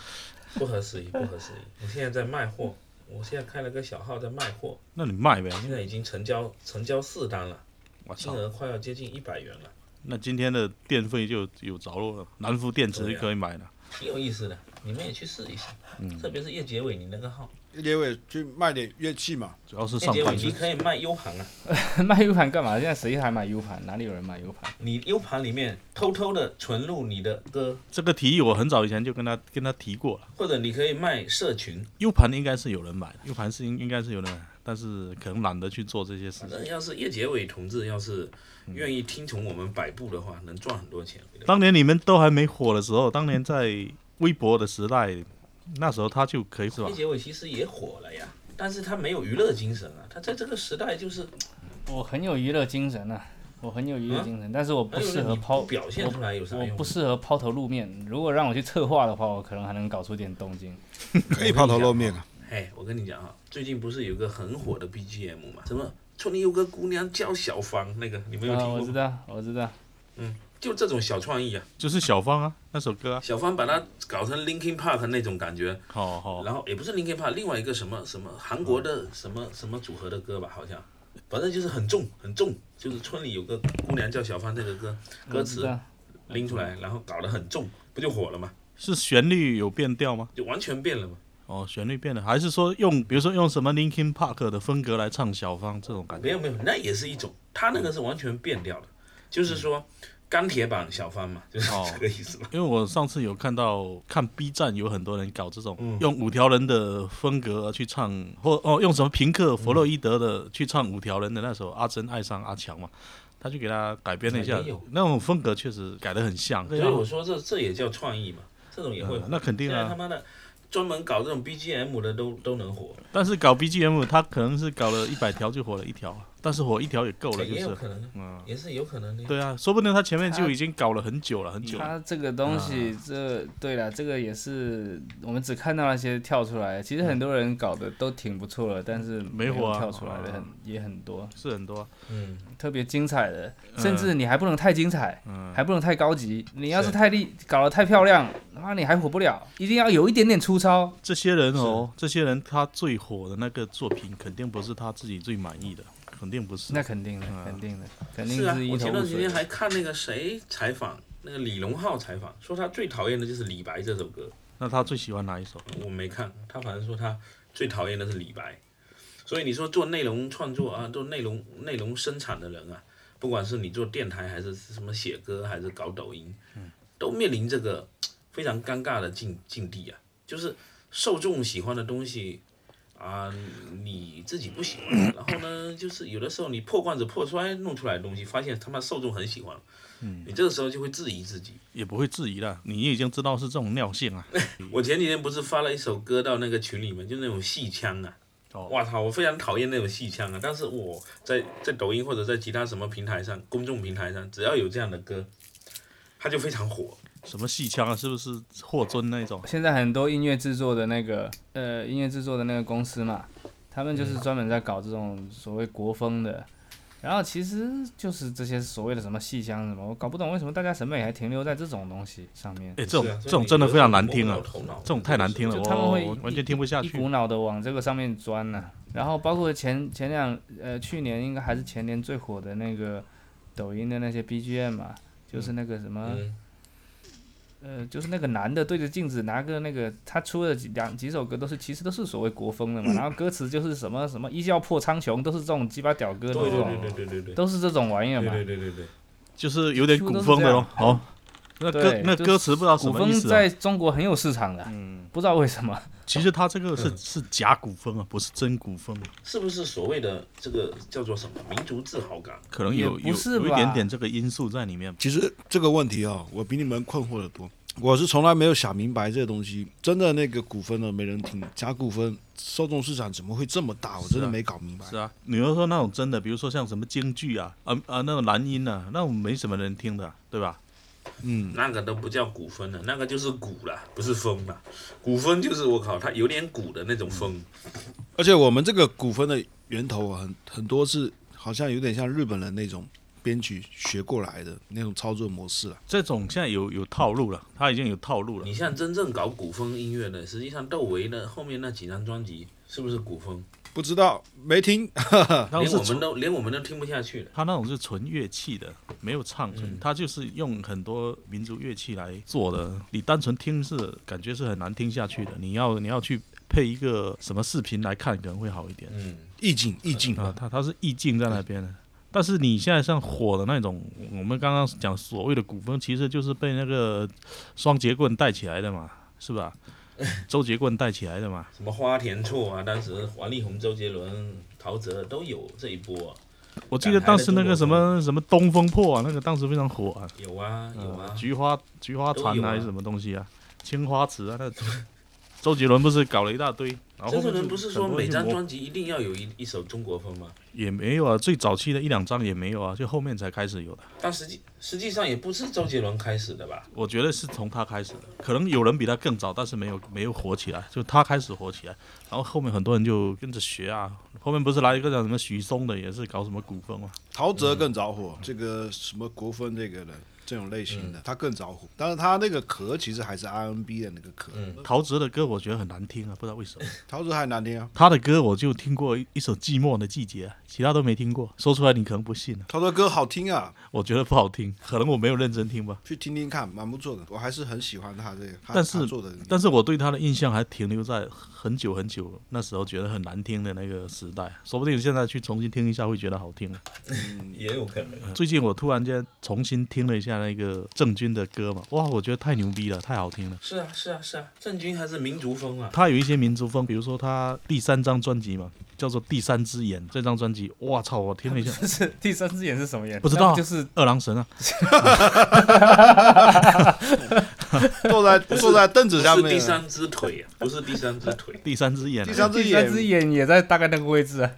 Speaker 4: 不合时宜，不合时宜。我现在在卖货，我现在开了个小号在卖货，
Speaker 1: 那你卖呗，
Speaker 4: 现在已经成交成交四单了，
Speaker 1: 我
Speaker 4: 金
Speaker 1: 操，
Speaker 4: 额快要接近一百元了，
Speaker 1: 那今天的电费就有着落了，南孚电池
Speaker 4: 对
Speaker 1: 就
Speaker 4: 啊
Speaker 1: 可以买了。
Speaker 4: 挺有意思的，你们也去试一下。
Speaker 1: 嗯
Speaker 4: 特别是叶结尾你那个号，
Speaker 3: 结尾去卖点乐器嘛，
Speaker 1: 主要是
Speaker 4: 叶
Speaker 1: 上
Speaker 4: 结尾
Speaker 1: 班
Speaker 4: 你
Speaker 1: 族，
Speaker 4: 可以卖 U 盘啊。
Speaker 6: 卖 U 盘干嘛？现在谁还买 U 盘？哪里有人买 U 盘？
Speaker 4: 你 U 盘里面偷偷的存入你的歌，
Speaker 1: 这个提议我很早以前就跟他跟他提过了。
Speaker 4: 或者你可以卖社群。
Speaker 1: U 盘应该是有人买，U 盘是应应该是有人买，但是可能懒得去做这些事
Speaker 4: 反正
Speaker 1: 情。
Speaker 4: 要是叶杰伟同志要是愿意听从我们摆布的话，能赚很多钱。
Speaker 1: 当年你们都还没火的时候，当年在微博的时代，那时候他就可以是吧
Speaker 4: 叶？杰伟其实也火了呀，但是他没有娱乐精神啊，他在这个时代就是
Speaker 6: 我很有娱乐精神啊，我很有娱乐精神，但是我不
Speaker 4: 哎呦
Speaker 6: 适合
Speaker 4: 你不
Speaker 6: 抛
Speaker 4: 表现出来有啥
Speaker 6: 我
Speaker 4: 用？
Speaker 6: 不适合抛头露面。如果让我去策划的话，我可能还能搞出点动静。
Speaker 3: 可以抛头露面啊。
Speaker 4: 哎，我跟你讲啊，最近不是有个很火的 BGM 嘛？什么村里有个姑娘叫小芳，那个你们有
Speaker 6: 啊，
Speaker 4: 听
Speaker 6: 我
Speaker 4: 过
Speaker 6: 知
Speaker 4: 吗？
Speaker 6: 道，我知道。
Speaker 4: 就这种小创意啊，
Speaker 1: 就是小芳啊，那首歌啊，
Speaker 4: 小芳把它搞成 Linkin Park 那种感觉，
Speaker 1: 好好，
Speaker 4: 然后也不是 Linkin Park，另外一个什么什么韩国的什么什么组合的歌吧，好像，反正就是很重很重，就是村里有个姑娘叫小芳，这个歌歌
Speaker 6: 嗯我知
Speaker 4: 词
Speaker 6: 道
Speaker 4: 拎出来，然后搞得很重，不就火了吗？
Speaker 1: 是旋律有变调吗？
Speaker 4: 就完全变了嘛，
Speaker 1: 哦，旋律变了，还是说用比如说用什么 Linkin Park 的风格来唱小芳这种感觉？
Speaker 4: 没有没有，那也是一种，他那个是完全变掉的，就是说钢铁版小芳嘛，就是
Speaker 1: 哦
Speaker 4: 这个意思嘛。
Speaker 1: 因为我上次有看到看 B 站有很多人搞这种、
Speaker 4: 嗯
Speaker 1: 用五条人的风格去唱，或哦用什么平克·弗洛伊德的、去唱五条人的那首《阿珍爱上阿强》嘛，他就给他改编了一下
Speaker 4: 哎也有，
Speaker 1: 那种风格确实改得很像。
Speaker 4: 所以
Speaker 6: 啊
Speaker 4: 我说这这也叫创意嘛，这种也会
Speaker 1: 嗯
Speaker 4: 火。
Speaker 1: 那肯定
Speaker 4: 现在他
Speaker 1: 啊，
Speaker 4: 妈的专门搞这种 BGM 的都都能火，
Speaker 1: 但是搞 BGM 他可能是搞了一百条就火了一条，但是火一条也够了，就
Speaker 4: 也有
Speaker 1: 是
Speaker 4: 可能，
Speaker 1: 嗯，
Speaker 4: 也是有可能的。
Speaker 1: 对啊，说不定他前面就已经搞了很久了，很久了。
Speaker 6: 它这个东西，这对了，这个也是我们只看到那些跳出来，其实很多人搞的都挺不错的，但是
Speaker 1: 没
Speaker 6: 有
Speaker 1: 火啊
Speaker 6: 跳出来的很
Speaker 1: 啊
Speaker 6: 也很多，
Speaker 1: 是很多啊、
Speaker 4: 嗯，
Speaker 6: 特别精彩的，甚至你还不能太精彩，
Speaker 1: 嗯
Speaker 6: 还不能太高级，你要是
Speaker 4: 是
Speaker 6: 太厉搞得太漂亮，妈你还火不了，一定要有一点点粗糙。
Speaker 1: 这些人哦，这些人他最火的那个作品，肯定不是他自己最满意的，肯定不是。
Speaker 6: 那肯定的，
Speaker 1: 嗯
Speaker 6: 肯定的，肯定
Speaker 4: 是啊，
Speaker 6: 一
Speaker 4: 我
Speaker 6: 头
Speaker 4: 前段
Speaker 6: 雾
Speaker 4: 时间
Speaker 6: 水。
Speaker 4: 还看那个谁采访，那个李荣浩采访，说他最讨厌的就是李白这首歌。
Speaker 1: 那他最喜欢哪一首？
Speaker 4: 我没看，他反正说他最讨厌的是李白。所以你说做内容创作啊，做内容内容生产的人啊，不管是你做电台还是什么写歌，还是搞抖音，都面临这个非常尴尬的境境地啊，就是受众喜欢的东西啊，你自己不喜欢，然后呢，就是有的时候你破罐子破摔弄出来的东西，发现他妈受众很喜欢，你这个时候就会质疑自己。
Speaker 1: 也不会质疑了，你已经知道是这种尿性 啊。
Speaker 4: 我前几天不是发了一首歌到那个群里面，就那种戏腔啊。
Speaker 1: 哦
Speaker 4: 我操！我非常讨厌那种戏腔啊，但是我在在抖音或者在其他什么平台上，公众平台上，只要有这样的歌，它就非常火。
Speaker 1: 什么戏腔啊，是不是霍尊 那种？
Speaker 6: 现在很多音乐制作的那个呃音乐制作的那个公司嘛，他们就是专门在搞这种所谓国风的，然后其实就是这些所谓的什么戏腔什么，我搞不懂为什么大家审美还停留在这种东西上面，
Speaker 1: 哎，这种
Speaker 4: 是啊所以
Speaker 1: 这种真的非常难听啊
Speaker 4: 你有时候摸不到头脑，
Speaker 1: 这种太难听了，
Speaker 6: 就
Speaker 1: 我
Speaker 6: 他们会
Speaker 1: 哦我
Speaker 6: 一
Speaker 1: 完全听不下
Speaker 6: 一
Speaker 1: 去。
Speaker 6: 股脑的往这个上面钻呐、然后包括前前两呃去年应该还是前年最火的那个抖音的那些 BGM 嘛，就是那个什么。
Speaker 4: 嗯，
Speaker 1: 嗯
Speaker 6: 呃，就是那个男的对着镜子拿个那个，他出了几两几首歌都是其实都是所谓国风 的嘛，然后歌词就是什么什么一笑破苍穹，都是这种鸡巴屌歌的
Speaker 4: 对
Speaker 6: 这
Speaker 4: 对
Speaker 6: 种，
Speaker 4: 对对对对对，
Speaker 6: 都是这种玩意儿
Speaker 4: 对
Speaker 6: 嘛。
Speaker 4: 对对对对。
Speaker 1: 就是有点古风的咯。好，那歌
Speaker 6: 对
Speaker 1: 那
Speaker 6: 就
Speaker 1: 歌词不知道什
Speaker 6: 古
Speaker 1: 么
Speaker 6: 风
Speaker 1: 意思、啊。
Speaker 6: 在中国很有市场的，
Speaker 1: 嗯，
Speaker 6: 不知道为什么。
Speaker 1: 其实他这个
Speaker 6: 嗯
Speaker 1: 是是假古风啊，不是真古风啊，
Speaker 4: 是不是所谓的这个叫做什么民族自豪感？
Speaker 1: 可能有
Speaker 6: 也
Speaker 1: 有
Speaker 6: 不是吧
Speaker 1: 有一点点这个因素在里面。
Speaker 3: 其实这个问题啊、我比你们困惑的多。我是从来没有想明白这个东西，真的那个股份呢没人听，假股份受众市场怎么会这么大？我真的没搞明白。
Speaker 1: 是啊，你要说那种真的，比如说像什么京剧啊，啊啊那种男音啊，那种没什么人听的，对吧？
Speaker 3: 嗯，
Speaker 4: 那个都不叫古风了，那个就是古了，不是风了。古风就是我靠，它有点古的那种风。
Speaker 3: 而且我们这个股份的源头啊，很很多是好像有点像日本人那种编曲学过来的那种操作模式啊。
Speaker 1: 这种现在有有套路了，他已经有套路了
Speaker 4: 你。像真正搞古风音乐的，实际上窦唯的后面那几张专辑是不是古风？
Speaker 3: 不知道没听，
Speaker 1: 他
Speaker 4: 连
Speaker 1: 啊是
Speaker 4: 我们都连我们都听不下去了。
Speaker 1: 他那种是纯乐器的，没有唱，
Speaker 4: 嗯
Speaker 1: 他就是用很多民族乐器来做的。你单纯听是感觉是很难听下去的，你要你要去配一个什么视频来看，可能会好一点。
Speaker 4: 嗯，
Speaker 3: 意境意境
Speaker 1: 啊，它它是意境在那边的。但是你现在像火的那种，我们刚刚讲所谓的古风，其实就是被那个双节棍带起来的嘛，是吧？周杰棍带起来的 嘛，
Speaker 4: 什么花田错啊，当时王力宏、周杰伦、陶喆都有这一波啊，
Speaker 1: 我记得当时那个什么什么东风破啊，那个当时非常火啊，
Speaker 4: 有啊有
Speaker 1: 呃
Speaker 4: 啊。
Speaker 1: 菊花菊花
Speaker 4: 都
Speaker 1: 残
Speaker 4: 有啊
Speaker 1: 还是什么东西啊，青花瓷啊，那周杰伦不是搞了一大堆，然后
Speaker 4: 周
Speaker 1: 后
Speaker 4: 杰伦
Speaker 1: 面
Speaker 4: 不是
Speaker 1: 很多
Speaker 4: 说
Speaker 1: 人
Speaker 4: 每
Speaker 1: 去
Speaker 4: 张
Speaker 1: 模
Speaker 4: 专辑一定要有一一首中国风吗？
Speaker 1: 也没有啊，最早期的一两张也没有啊，就后面才开始有的。
Speaker 4: 但实际实际上也不是周杰伦开始的吧？
Speaker 1: 我觉得是从他开始的，可能有人比他更早，但是没有没有火起来，就他开始火起来，然后后面很多人就跟着学啊。后面不是来一个叫什么许嵩的，也是搞什么古风啊嘛，
Speaker 3: 陶喆更着火，
Speaker 4: 嗯
Speaker 3: 这个什么国风这个的这种类型的，他更着火。但是他那个壳其实还是 RNB 的那个壳，
Speaker 4: 嗯
Speaker 1: 陶喆的歌我觉得很难听啊，不知道为什么。
Speaker 3: 陶喆还难听啊。
Speaker 1: 他的歌我就听过一一首《寂寞的季节》，其他都没听过。说出来你可能不信啊，
Speaker 3: 陶喆歌好听啊，
Speaker 1: 我觉得不好听，可能我没有认真听吧。
Speaker 3: 去听听看，蛮不错的。我还是很喜欢他这个，他
Speaker 1: 但是
Speaker 3: 他做的，
Speaker 1: 但是我对他的印象还停留在很久很久那时候觉得很难听的那个时代，说不定现在去重新听一下会觉得好听了。啊
Speaker 4: 嗯也有可能。
Speaker 1: 最近我突然间重新听了一下那个郑钧的歌嘛，哇，我觉得太牛逼了，太好听了。
Speaker 4: 是啊，是啊，是啊，郑钧还是民族风啊。
Speaker 1: 他有一些民族风，比如说他第三张专辑嘛，叫做《第三只眼》这张专辑，哇操，我听了一下，
Speaker 6: 这是第三只眼是什么眼？
Speaker 1: 不知道啊
Speaker 6: 那就是
Speaker 1: 二郎神啊，，
Speaker 3: 坐在坐在凳子
Speaker 4: 不
Speaker 3: 下
Speaker 4: 是
Speaker 3: 面，
Speaker 4: 第三只腿啊，不是第三只腿
Speaker 1: 第三只眼
Speaker 3: 第
Speaker 1: 啊，
Speaker 3: 三只
Speaker 6: 第三只
Speaker 3: 眼
Speaker 6: 眼也在大概那个位置啊。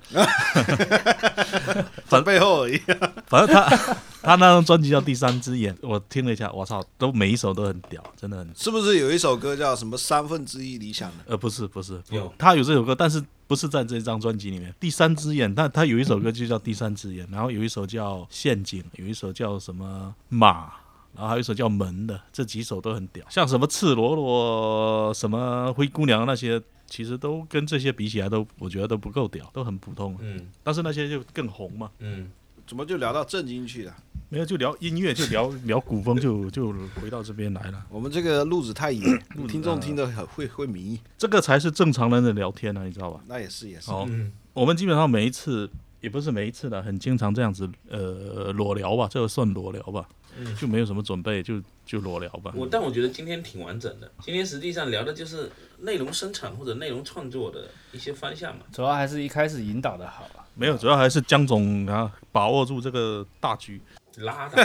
Speaker 3: 在背后而已。
Speaker 1: 反正他 他那张专辑叫《第三只眼》，我听了一下，我操，都每一首都很屌，真的很。
Speaker 3: 是不是有一首歌叫什么三分之一理想的？
Speaker 1: 呃，不是不是，不
Speaker 4: 有
Speaker 1: 他有这首歌，但是不是在这张专辑里面。第三只眼，但他有一首歌就叫《第三只眼》，然后有一首叫《陷阱》，有一首叫什么马。然后还有一首叫《门》的，这几首都很屌，像什么《赤裸裸》、什么《灰姑娘》那些，其实都跟这些比起来都，我觉得都不够屌，都很普通。
Speaker 4: 嗯
Speaker 1: 但是那些就更红嘛，
Speaker 4: 嗯，
Speaker 3: 怎么就聊到正经去了？
Speaker 1: 没有就聊音乐，就聊聊古风，就就回到这边来了。
Speaker 3: 我们这个路子太野，
Speaker 4: 嗯
Speaker 3: 听众听得很会会迷，
Speaker 1: 这个才是正常人的聊天啊，你知道吧？
Speaker 3: 那也是也是。
Speaker 1: 哦，
Speaker 4: 嗯
Speaker 1: 我们基本上每一次也不是每一次的，很经常这样子，呃，裸聊吧，这个算裸聊吧，
Speaker 4: 嗯
Speaker 1: 就没有什么准备，就就裸聊吧。
Speaker 4: 我但我觉得今天挺完整的，今天实际上聊的就是内容生产或者内容创作的一些方向嘛。
Speaker 2: 主要还是一开始引导的好啊。
Speaker 1: 没有，主要还是江总啊，把握住这个大局。
Speaker 4: 拉 的，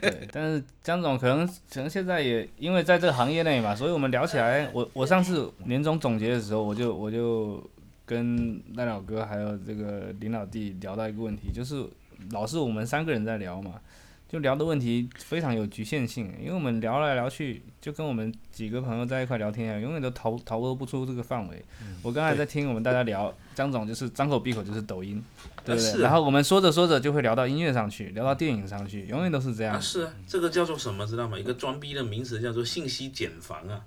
Speaker 2: 对，但是江总可能可能现在也因为在这个行业内嘛，所以我们聊起来，我我上次年终总结的时候，我就我就跟赖老哥还有这个林老弟聊到一个问题，就是老是我们三个人在聊嘛，就聊的问题非常有局限性，因为我们聊来聊去，就跟我们几个朋友在一块聊天啊，永远都逃逃脱不出这个范围。
Speaker 4: 嗯
Speaker 2: 我刚才在听我们大家聊，张总就是张口闭口就是抖音，对不对？
Speaker 4: 是啊
Speaker 2: 然后我们说着说着就会聊到音乐上去，聊到电影上去，永远都是这样。
Speaker 4: 啊是啊，这个叫做什么知道吗？一个装逼的名词叫做信息茧房啊。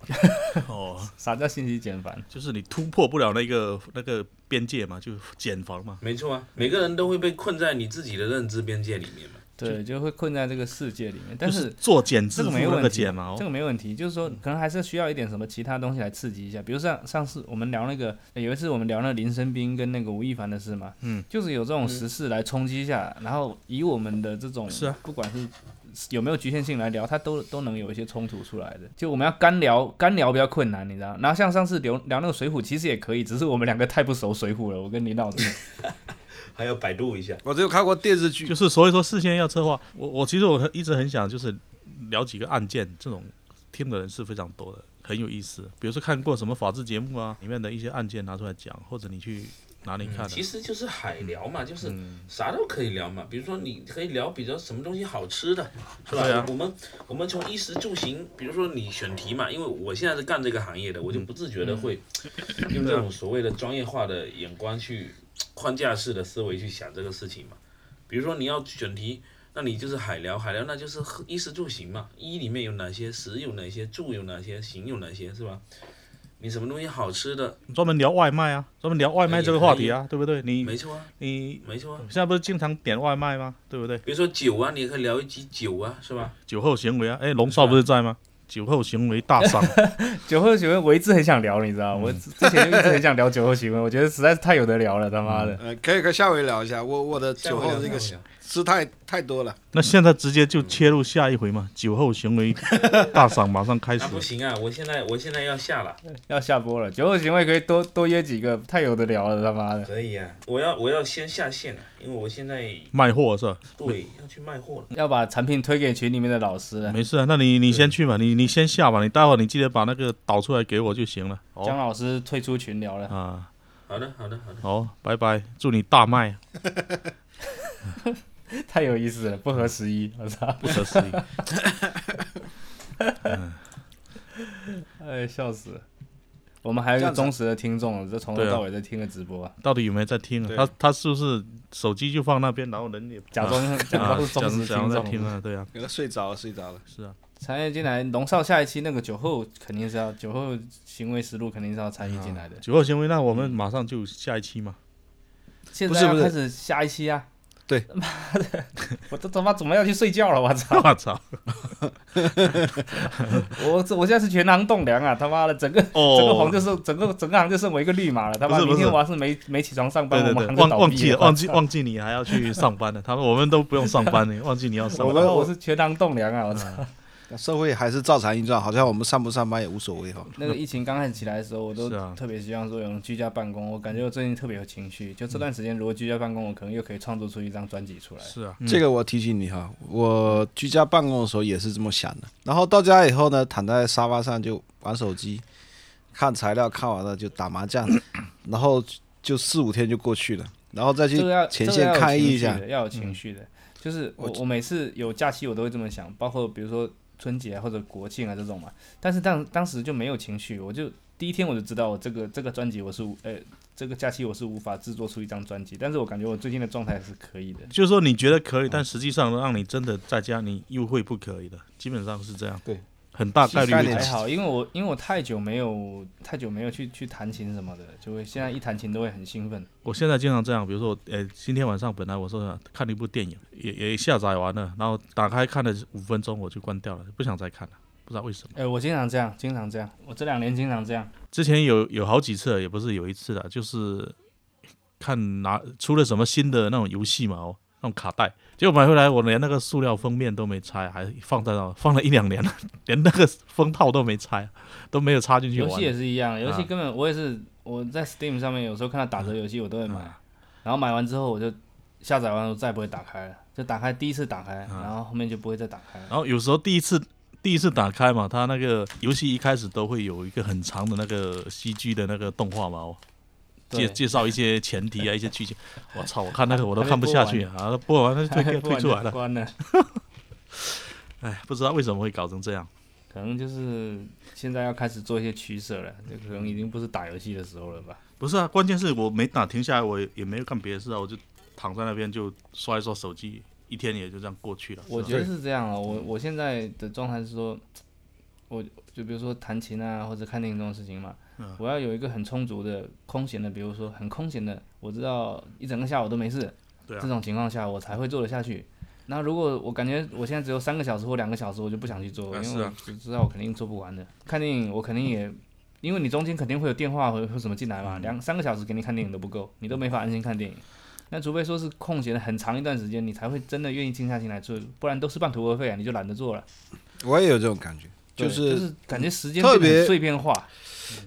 Speaker 1: 哦，
Speaker 2: 啥叫信息茧房？
Speaker 1: 就是你突破不了那个那个边界嘛，就茧房嘛。
Speaker 4: 没错啊，每个人都会被困在你自己的认知边界里面嘛。
Speaker 2: 对，就会困在这个世界里面。但
Speaker 1: 就是
Speaker 2: 是
Speaker 1: 做茧
Speaker 2: 这
Speaker 1: 自
Speaker 2: 个
Speaker 1: 缚
Speaker 2: 没
Speaker 1: 那
Speaker 2: 问
Speaker 1: 个
Speaker 2: 题啊
Speaker 1: 茧嘛，
Speaker 2: 这
Speaker 1: 哦
Speaker 2: 个没问题，就是说可能还是需要一点什么其他东西来刺激一下，比如像上次我们聊那个呃有一次我们聊那个林生斌跟那个吴亦凡的事嘛，
Speaker 1: 嗯，
Speaker 2: 就是有这种时事来冲击一下，然后以我们的这种
Speaker 1: 是啊
Speaker 2: 不管是。有没有局限性来聊，它都都能有一些冲突出来的。就我们要干聊，干聊比较困难，你知道。然后像上次聊聊那个《水浒》，其实也可以，只是我们两个太不熟《水浒》了。我跟林老师，
Speaker 4: 还要百度一下，
Speaker 3: 我只有看过电视剧
Speaker 1: 就是所以说事先要策划。我我其实我很一直很想就是聊几个案件，这种听的人是非常多的，很有意思。比如说看过什么法制节目啊，里面的一些案件拿出来讲，或者你去哪里看、的。
Speaker 4: 嗯
Speaker 1: 啊嗯
Speaker 4: 其实就是海聊嘛，就是啥都可以聊嘛。比如说，你可以聊比较什么东西好吃的，是吧？
Speaker 1: 对啊
Speaker 4: 我们我们从衣食住行，比如说你选题嘛，因为我现在是干这个行业的，我
Speaker 1: 嗯
Speaker 4: 就不自觉的 会用
Speaker 1: 啊
Speaker 4: 这种所谓的专业化的眼光去框架式的思维去想这个事情嘛。比如说你要选题，那你就是海聊，海聊那就是喝衣食住行嘛，衣里面有哪些，食有哪些，住有哪些，行有哪些，是吧？你什么东西好吃的？
Speaker 1: 专门聊外卖啊，专门聊外卖这个话题啊，对不对？
Speaker 4: 哎没
Speaker 1: 你
Speaker 4: 错啊，
Speaker 1: 你
Speaker 4: 没错啊。
Speaker 1: 现在不是经常点外卖吗？对不对？
Speaker 4: 比如说酒啊，你也可以聊一集酒啊，是吧？
Speaker 1: 酒后行为啊，哎，龙少不是在吗？酒后行为大 赏，
Speaker 2: 酒后询问，我一直很想聊，你知道，我之前就一直很想聊酒后询问，我觉得实在是太有得聊了，他妈的。
Speaker 3: 呃，可以跟下回聊一下。我我的
Speaker 4: 下
Speaker 3: 酒
Speaker 4: 回
Speaker 3: 后
Speaker 4: 聊
Speaker 3: 这个
Speaker 4: 下回聊
Speaker 3: 吃太太多了，
Speaker 1: 那现在直接就切入下一回嘛，酒后行为大赏马上开 始嗯
Speaker 4: 啊，不行啊，我现在我现在要下了。
Speaker 2: 要下播了，酒后行为可以多多约几个，太有的聊了，他妈的。
Speaker 4: 可以啊，我要我要先下线了，因为我现在
Speaker 1: 卖货是吧？
Speaker 4: 对要去卖货了。
Speaker 2: 要把产品推给群里面的老师了。
Speaker 1: 没事啊，那你你先去吧，你你先下吧，你待会儿你记得把那个导出来给我就行了。
Speaker 2: 姜
Speaker 1: 哦
Speaker 2: 老师退出群聊了，
Speaker 1: 啊，
Speaker 4: 好的，好的，好的。
Speaker 1: 好，拜拜，祝你大卖，
Speaker 2: 太有意思了，不合时宜，我操！
Speaker 1: 不可思议。
Speaker 2: 哎，笑死了。我们还有一个忠实的听众，这从头
Speaker 1: 对啊
Speaker 2: 到尾在听个直播啊，
Speaker 1: 到底有没有在听啊？他他是不是手机就放那边，然后人也
Speaker 2: 假装假
Speaker 1: 啊
Speaker 2: 装是忠实
Speaker 1: 假装
Speaker 2: 听
Speaker 1: 在
Speaker 2: 众。
Speaker 1: 听啊？对啊，
Speaker 3: 给他睡着了，睡着了。
Speaker 1: 是啊，
Speaker 2: 参与进来，龙少下一期那个酒后肯定是要酒后行为实录肯定是要参与进来的。
Speaker 1: 酒后行为，那我们马上就下一期嘛。
Speaker 2: 现
Speaker 3: 不
Speaker 2: 在
Speaker 3: 是
Speaker 2: 要
Speaker 3: 不是
Speaker 2: 开始下一期啊！
Speaker 3: 对
Speaker 2: 妈的，我都他妈怎么要去睡觉了？我操！
Speaker 1: 我操！
Speaker 2: 我这我现在是全行栋梁啊！他妈的，整个、
Speaker 1: 哦
Speaker 2: 整个行就是整个整个行就剩我一个绿码了。他妈，
Speaker 1: 不是不
Speaker 2: 明
Speaker 1: 是
Speaker 2: 天我要是没没起床上班，
Speaker 1: 对对
Speaker 2: 我们
Speaker 1: 对，
Speaker 2: 行
Speaker 1: 忘
Speaker 2: 就倒
Speaker 1: 忘
Speaker 2: 闭
Speaker 1: 记
Speaker 2: 了。
Speaker 1: 了，忘记忘记你还要去上班了。他们我们都不用上班 呢，忘记你嗯要上
Speaker 2: 我
Speaker 1: 班。
Speaker 2: 们我是全行栋梁啊！我操，
Speaker 3: 社会还是照常运转，好像我们上不上班也无所谓哈。
Speaker 2: 那个疫情刚开始起来的时候，我都
Speaker 1: 是啊
Speaker 2: 特别希望说有人居家办公。我感觉我最近特别有情绪，就这段时间如果居家办公，我可能又可以创作出一张专辑出来。
Speaker 1: 是啊，
Speaker 3: 这个我提醒你哈，我居家办公的时候也是这么想的。然后到家以后呢，躺在沙发上就玩手机，看材料，看完了就打麻将，然后就四五天就过去了，然后再去
Speaker 2: 这个要
Speaker 3: 前
Speaker 2: 这个
Speaker 3: 线
Speaker 2: 要有
Speaker 3: 抗议
Speaker 2: 情
Speaker 3: 一
Speaker 2: 绪
Speaker 3: 下
Speaker 2: 的，。要有情绪的。就是我我每次有假期，我都会这么想，包括比如说春节啊或者国庆啊这种嘛。但是当当时就没有情绪，我就第一天我就知道我这个这个专辑我是无呃这个假期我是无法制作出一张专辑，但是我感觉我最近的状态是可以的。
Speaker 1: 就是说你觉得可以，但
Speaker 3: 嗯
Speaker 1: 实际上让你真的在家，你又会不可以的，基本上是这样。
Speaker 3: 对，
Speaker 1: 很大概率
Speaker 3: 概
Speaker 1: 会
Speaker 3: 念
Speaker 2: 还好，因为我因为我太久没有太久没有去去弹琴什么的，就会现在一弹琴都会很兴奋。
Speaker 1: 我现在经常这样，比如说，呃，今天晚上本来我说想看一部电影，也也下载完了，然后打开看了五分钟，我就关掉了，不想再看了，不知道为什么。
Speaker 2: 哎、我经常这样，经常这样，我这两年经常这样。
Speaker 1: 啊之前有有好几次，也不是有一次的，就是看拿出了什么新的那种游戏嘛，哦，那种卡带，结果买回来我连那个塑料封面都没拆，还放在那放了一两年 了，连那个封套都没拆，都没有插进去
Speaker 2: 游
Speaker 1: 玩
Speaker 2: 戏。也是一样，游戏
Speaker 1: 啊
Speaker 2: 根本我也是我在 Steam 上面有时候看到打折游戏我都会买，
Speaker 1: 啊
Speaker 2: 然后买完之后我就下载完我再也不会打开了，就打开第一次打开，
Speaker 1: 啊
Speaker 2: 然后后面就不会再打 开了。
Speaker 1: 然后有时候第一次第一次打开嘛，它那个游戏一开始都会有一个很长的那个 CG 的那个动画嘛，哦，介
Speaker 2: 对
Speaker 1: 介绍一些前提 啊，一些剧情。我操，我看那个我都看不下去啊，播完了就退
Speaker 2: 不
Speaker 1: 退
Speaker 2: 然
Speaker 1: 出
Speaker 2: 就
Speaker 1: 来了。
Speaker 2: 关了。
Speaker 1: 哎，不知道为什么会搞成这样。
Speaker 2: 可能就是现在要开始做一些取舍了，就可能已经不是打游戏的时候了吧。
Speaker 1: 不是啊，关键是我没打停下来，我也也没有干别的事啊，我就躺在那边就刷一刷手机，一天也就这样过去了。
Speaker 2: 我
Speaker 1: 是吧嗯
Speaker 2: 觉得是这样了，我我现在的状态是说，我就比如说弹琴啊，或者看电影这种事情嘛，
Speaker 1: 嗯
Speaker 2: 我要有一个很充足的空闲的，比如说很空闲的，我知道一整个下午都没事，
Speaker 1: 对啊
Speaker 2: 这种情况下我才会做得下去。那如果我感觉我现在只有三个小时或两个小时，我就不想去做，
Speaker 1: 啊
Speaker 2: 因
Speaker 1: 是
Speaker 2: 为我
Speaker 1: 啊
Speaker 2: 只知道我肯定做不完的。看电影我肯定也，因为你中间肯定会有电话或或什么进来
Speaker 1: 嗯
Speaker 2: 嘛，两三个小时给你看电影都不够，你都没法安心看电影。那除非说是空闲了很长一段时间，你才会真的愿意静下心来做，不然都是半途而废啊，你就懒得做了。
Speaker 3: 我也有这种感觉，
Speaker 2: 对
Speaker 3: 就
Speaker 2: 就是是感觉时间
Speaker 3: 特
Speaker 2: 变得很
Speaker 3: 别
Speaker 2: 碎片化，哦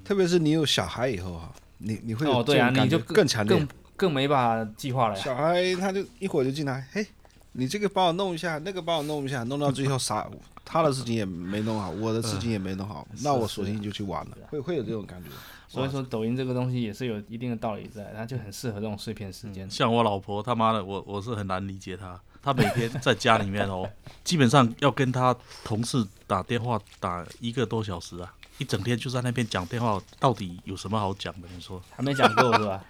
Speaker 3: 特别是你有小孩以后哈，你你会有
Speaker 2: 哦对啊
Speaker 3: 这种
Speaker 2: 你就
Speaker 3: 感觉更强烈啊
Speaker 2: 更更没法计划了呀。
Speaker 3: 小孩他就一会儿就进来，嘿，你这个帮我弄一下，那个帮我弄一下，弄到最后啥，他的事情也没弄好，我的事情也没弄
Speaker 1: 嗯
Speaker 3: 好，那我索性就去玩了，会会有这种感觉。
Speaker 2: 所以说抖音这个东西也是有一定的道理在，它就很适合这种碎片时
Speaker 3: 嗯
Speaker 2: 间。
Speaker 1: 像我老婆，他妈的，我我是很难理解她。她每天在家里面哦，基本上要跟她同事打电话打一个多小时啊，一整天就在那边讲电话，到底有什么好讲的？你说，
Speaker 2: 还没讲够是 吧？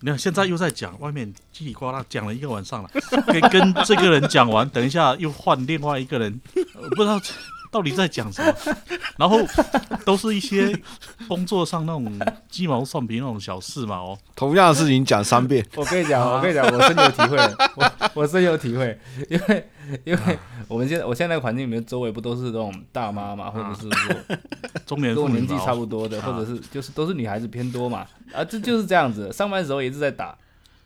Speaker 1: 你看现在又在讲，外面叽里呱啦讲了一个晚上了，跟跟这个人讲完，等一下又换另外一个人，呃不知道到底在讲什么，然后都是一些工作上那种鸡毛蒜皮那种小事嘛哦，
Speaker 3: 同样的事情讲三遍，
Speaker 2: 我跟你讲，我跟你讲，我深有体会， 我我深有体会，因为因为我们现在我现在的环境里面，周围不都是这种大妈
Speaker 3: 啊
Speaker 2: 嘛，或者是说
Speaker 1: 中年
Speaker 2: 跟
Speaker 1: 妇
Speaker 2: 我
Speaker 1: 女
Speaker 2: 年纪
Speaker 1: 嘛、
Speaker 2: 差
Speaker 1: 哦，
Speaker 2: 不多的，或者是就是都是女孩子偏多嘛，啊，这就是这样子，上班的时候也一直在打，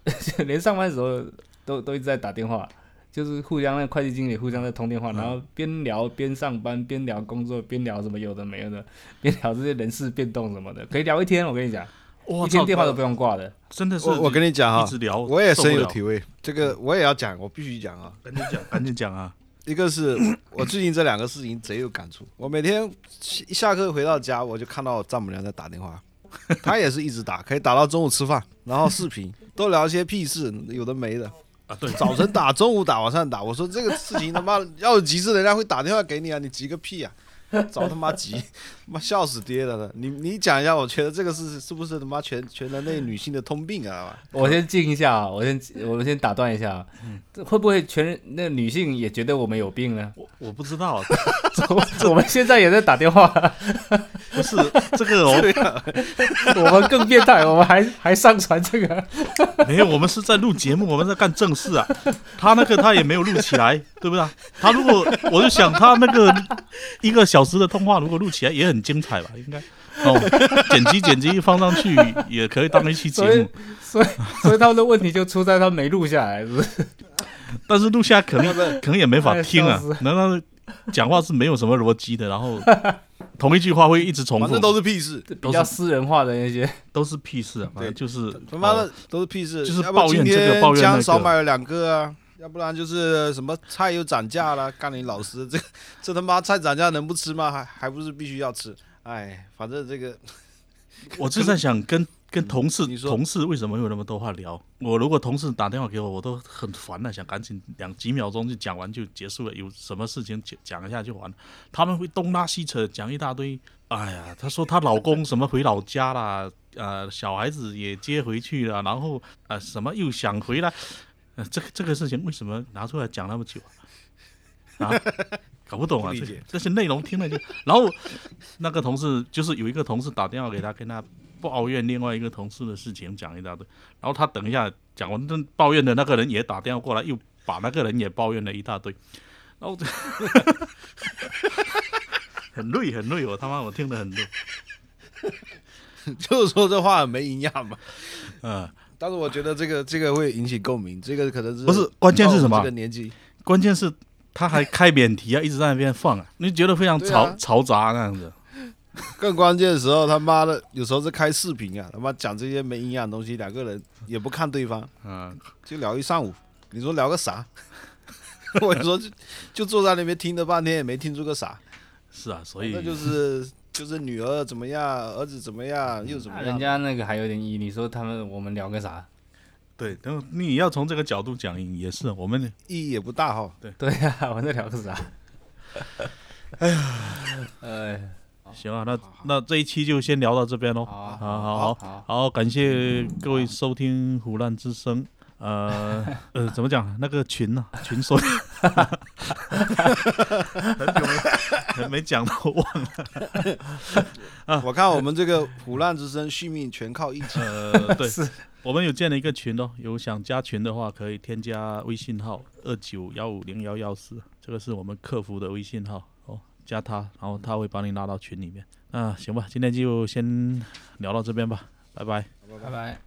Speaker 2: 连上班的时候都都一直在打电话。就是互相那会计经理互相在通电
Speaker 1: 嗯
Speaker 2: 话，然后边聊边上班，边聊工作，边聊什么有的没有的，边聊这些人事变动什么的，可以聊一天。我跟你讲，
Speaker 1: 哇
Speaker 2: 一天
Speaker 1: 操
Speaker 2: 电话都不用挂的。
Speaker 1: 真的是
Speaker 3: 我我跟你讲
Speaker 1: 一
Speaker 3: 哈
Speaker 1: 直，聊，
Speaker 3: 我也
Speaker 1: 受不
Speaker 3: 深有
Speaker 1: 了嗯
Speaker 3: 体会，这个我也要讲，我必须讲啊。
Speaker 1: 赶紧讲，赶紧讲啊！
Speaker 3: 一个是我最近这两个事情贼有感触，我每天一下课回到家，我就看到我丈母娘在打电话，她也是一直打，可以打到中午吃饭，然后视频都聊一些屁事，有的没的。
Speaker 1: 啊，对，
Speaker 3: 早晨打，中午打，晚上打。我说这个事情他妈要有急事，人家会打电话给你啊，你急个屁啊！早他 妈急，他妈笑死爹了！你你讲一下，我觉得这个是是不是他妈全全人类女性的通病啊？
Speaker 2: 我先静一下啊，我先我先打断一下啊，
Speaker 1: 嗯
Speaker 2: 这会不会全那女性也觉得我们有 病呢？
Speaker 1: 我我不知道，
Speaker 2: 我我们现在也在打电话，
Speaker 1: 不是这个哦，
Speaker 2: 我们更变态，我们还还上传这个，
Speaker 1: 没有，我们是在录节目，我们在干正事啊。他那个他也没有录起来，对不对啊？他如果我就想他那个一个小时的通话，如果录起来也很精彩吧，应该哦，剪辑剪辑放上去也可以当一期节
Speaker 2: 所以
Speaker 1: 目，
Speaker 2: 所以 所以他们的问题就出在他没录下来，是不是？
Speaker 1: 但是录下来肯 定可能也没法听
Speaker 2: 哎
Speaker 1: 啊
Speaker 2: 笑死，
Speaker 1: 难道讲话是没有什么逻辑的？然后同一句话会一直重
Speaker 3: 反
Speaker 1: 复
Speaker 3: 正，都是屁事，
Speaker 2: 比较私人化的那些，
Speaker 1: 都是屁事啊，反正就是
Speaker 3: 他妈
Speaker 1: 哦
Speaker 3: 的都是屁事，
Speaker 1: 就是
Speaker 3: 要不
Speaker 1: 抱怨这个
Speaker 3: 今天
Speaker 1: 抱怨那个
Speaker 3: 姜少买了两个啊，要不然就是什么菜又涨价了，干你老师，这个 这他妈菜涨价能不吃吗？还还不是必须要吃。哎，反正这个
Speaker 1: 我就在想跟跟同事
Speaker 3: 嗯你说
Speaker 1: 同事为什么会有那么多话聊？我如果同事打电话给我，我都很烦了，想赶紧两几秒钟就讲完就结束了，有什么事情讲讲一下就完了。他们会东拉西扯讲一大堆，哎呀，她说她老公什么回老家啦，呃，小孩子也接回去了，然后呃什么又想回来，呃这个这个事情为什么拿出来讲那么久啊？ 啊搞不懂啊，
Speaker 3: 不理
Speaker 1: 这
Speaker 3: 解
Speaker 1: 这些内容听了就，然后那个同事就是有一个同事打电话给他，跟他抱怨另外一个同事的事情，讲一大堆，然后他等一下讲完，那抱怨的那个人也打电话过来，又把那个人也抱怨了一大堆，然后我就 很累很累，我他妈我听得很累，
Speaker 3: 就是说这话很没营养嘛。
Speaker 1: 嗯，
Speaker 3: 但是我觉得这个这个会引起共鸣，这个可能是
Speaker 1: 不是关键是什么
Speaker 3: 到我这个年纪，
Speaker 1: 关键是他还开免提啊，一直在那边放 啊，你就觉得非常
Speaker 3: 对
Speaker 1: 嘈、
Speaker 3: 啊
Speaker 1: 嘈杂那样子。
Speaker 3: 更关键的时候，他妈的有时候是开视频啊，他妈讲这些没营养的东西，两个人也不看对方，
Speaker 1: 嗯，
Speaker 3: 就聊一上午。你说聊个啥？ 我说就就坐在那边听了半天，也没听出个啥。
Speaker 1: 是啊，
Speaker 6: 哎
Speaker 1: 所以
Speaker 3: 那就是就是女儿怎么样，儿子怎么样，又怎么
Speaker 6: 那
Speaker 3: 样？
Speaker 6: 人家那个还有点意义，你说他们我们聊个 啥？
Speaker 1: 对，然后你要从这个角度讲也是，我们
Speaker 3: 意义也不大哈。
Speaker 6: 对呀、啊，我们在聊个啥？
Speaker 2: 哎
Speaker 6: 哎呀，
Speaker 1: 行啊，那那这一期就先聊到这边喽。
Speaker 6: 好啊
Speaker 1: 好好
Speaker 6: 好啊
Speaker 1: 好，感谢各位收听《胡乱之声》。呃呃，怎么讲？那个群 呢、群说 很久没没讲到， 忘了。
Speaker 6: 啊
Speaker 3: 我看我们这个虎烂之声续命全靠义气。
Speaker 1: 呃， 对，我们有建了一个群哦，有想加群的话可以添加微信号二九幺五零幺幺四，这个是我们客服的微信号哦，加他，然后他会把你拉到群里面。那行吧，今天就先聊到这边吧，拜拜。
Speaker 6: 拜拜。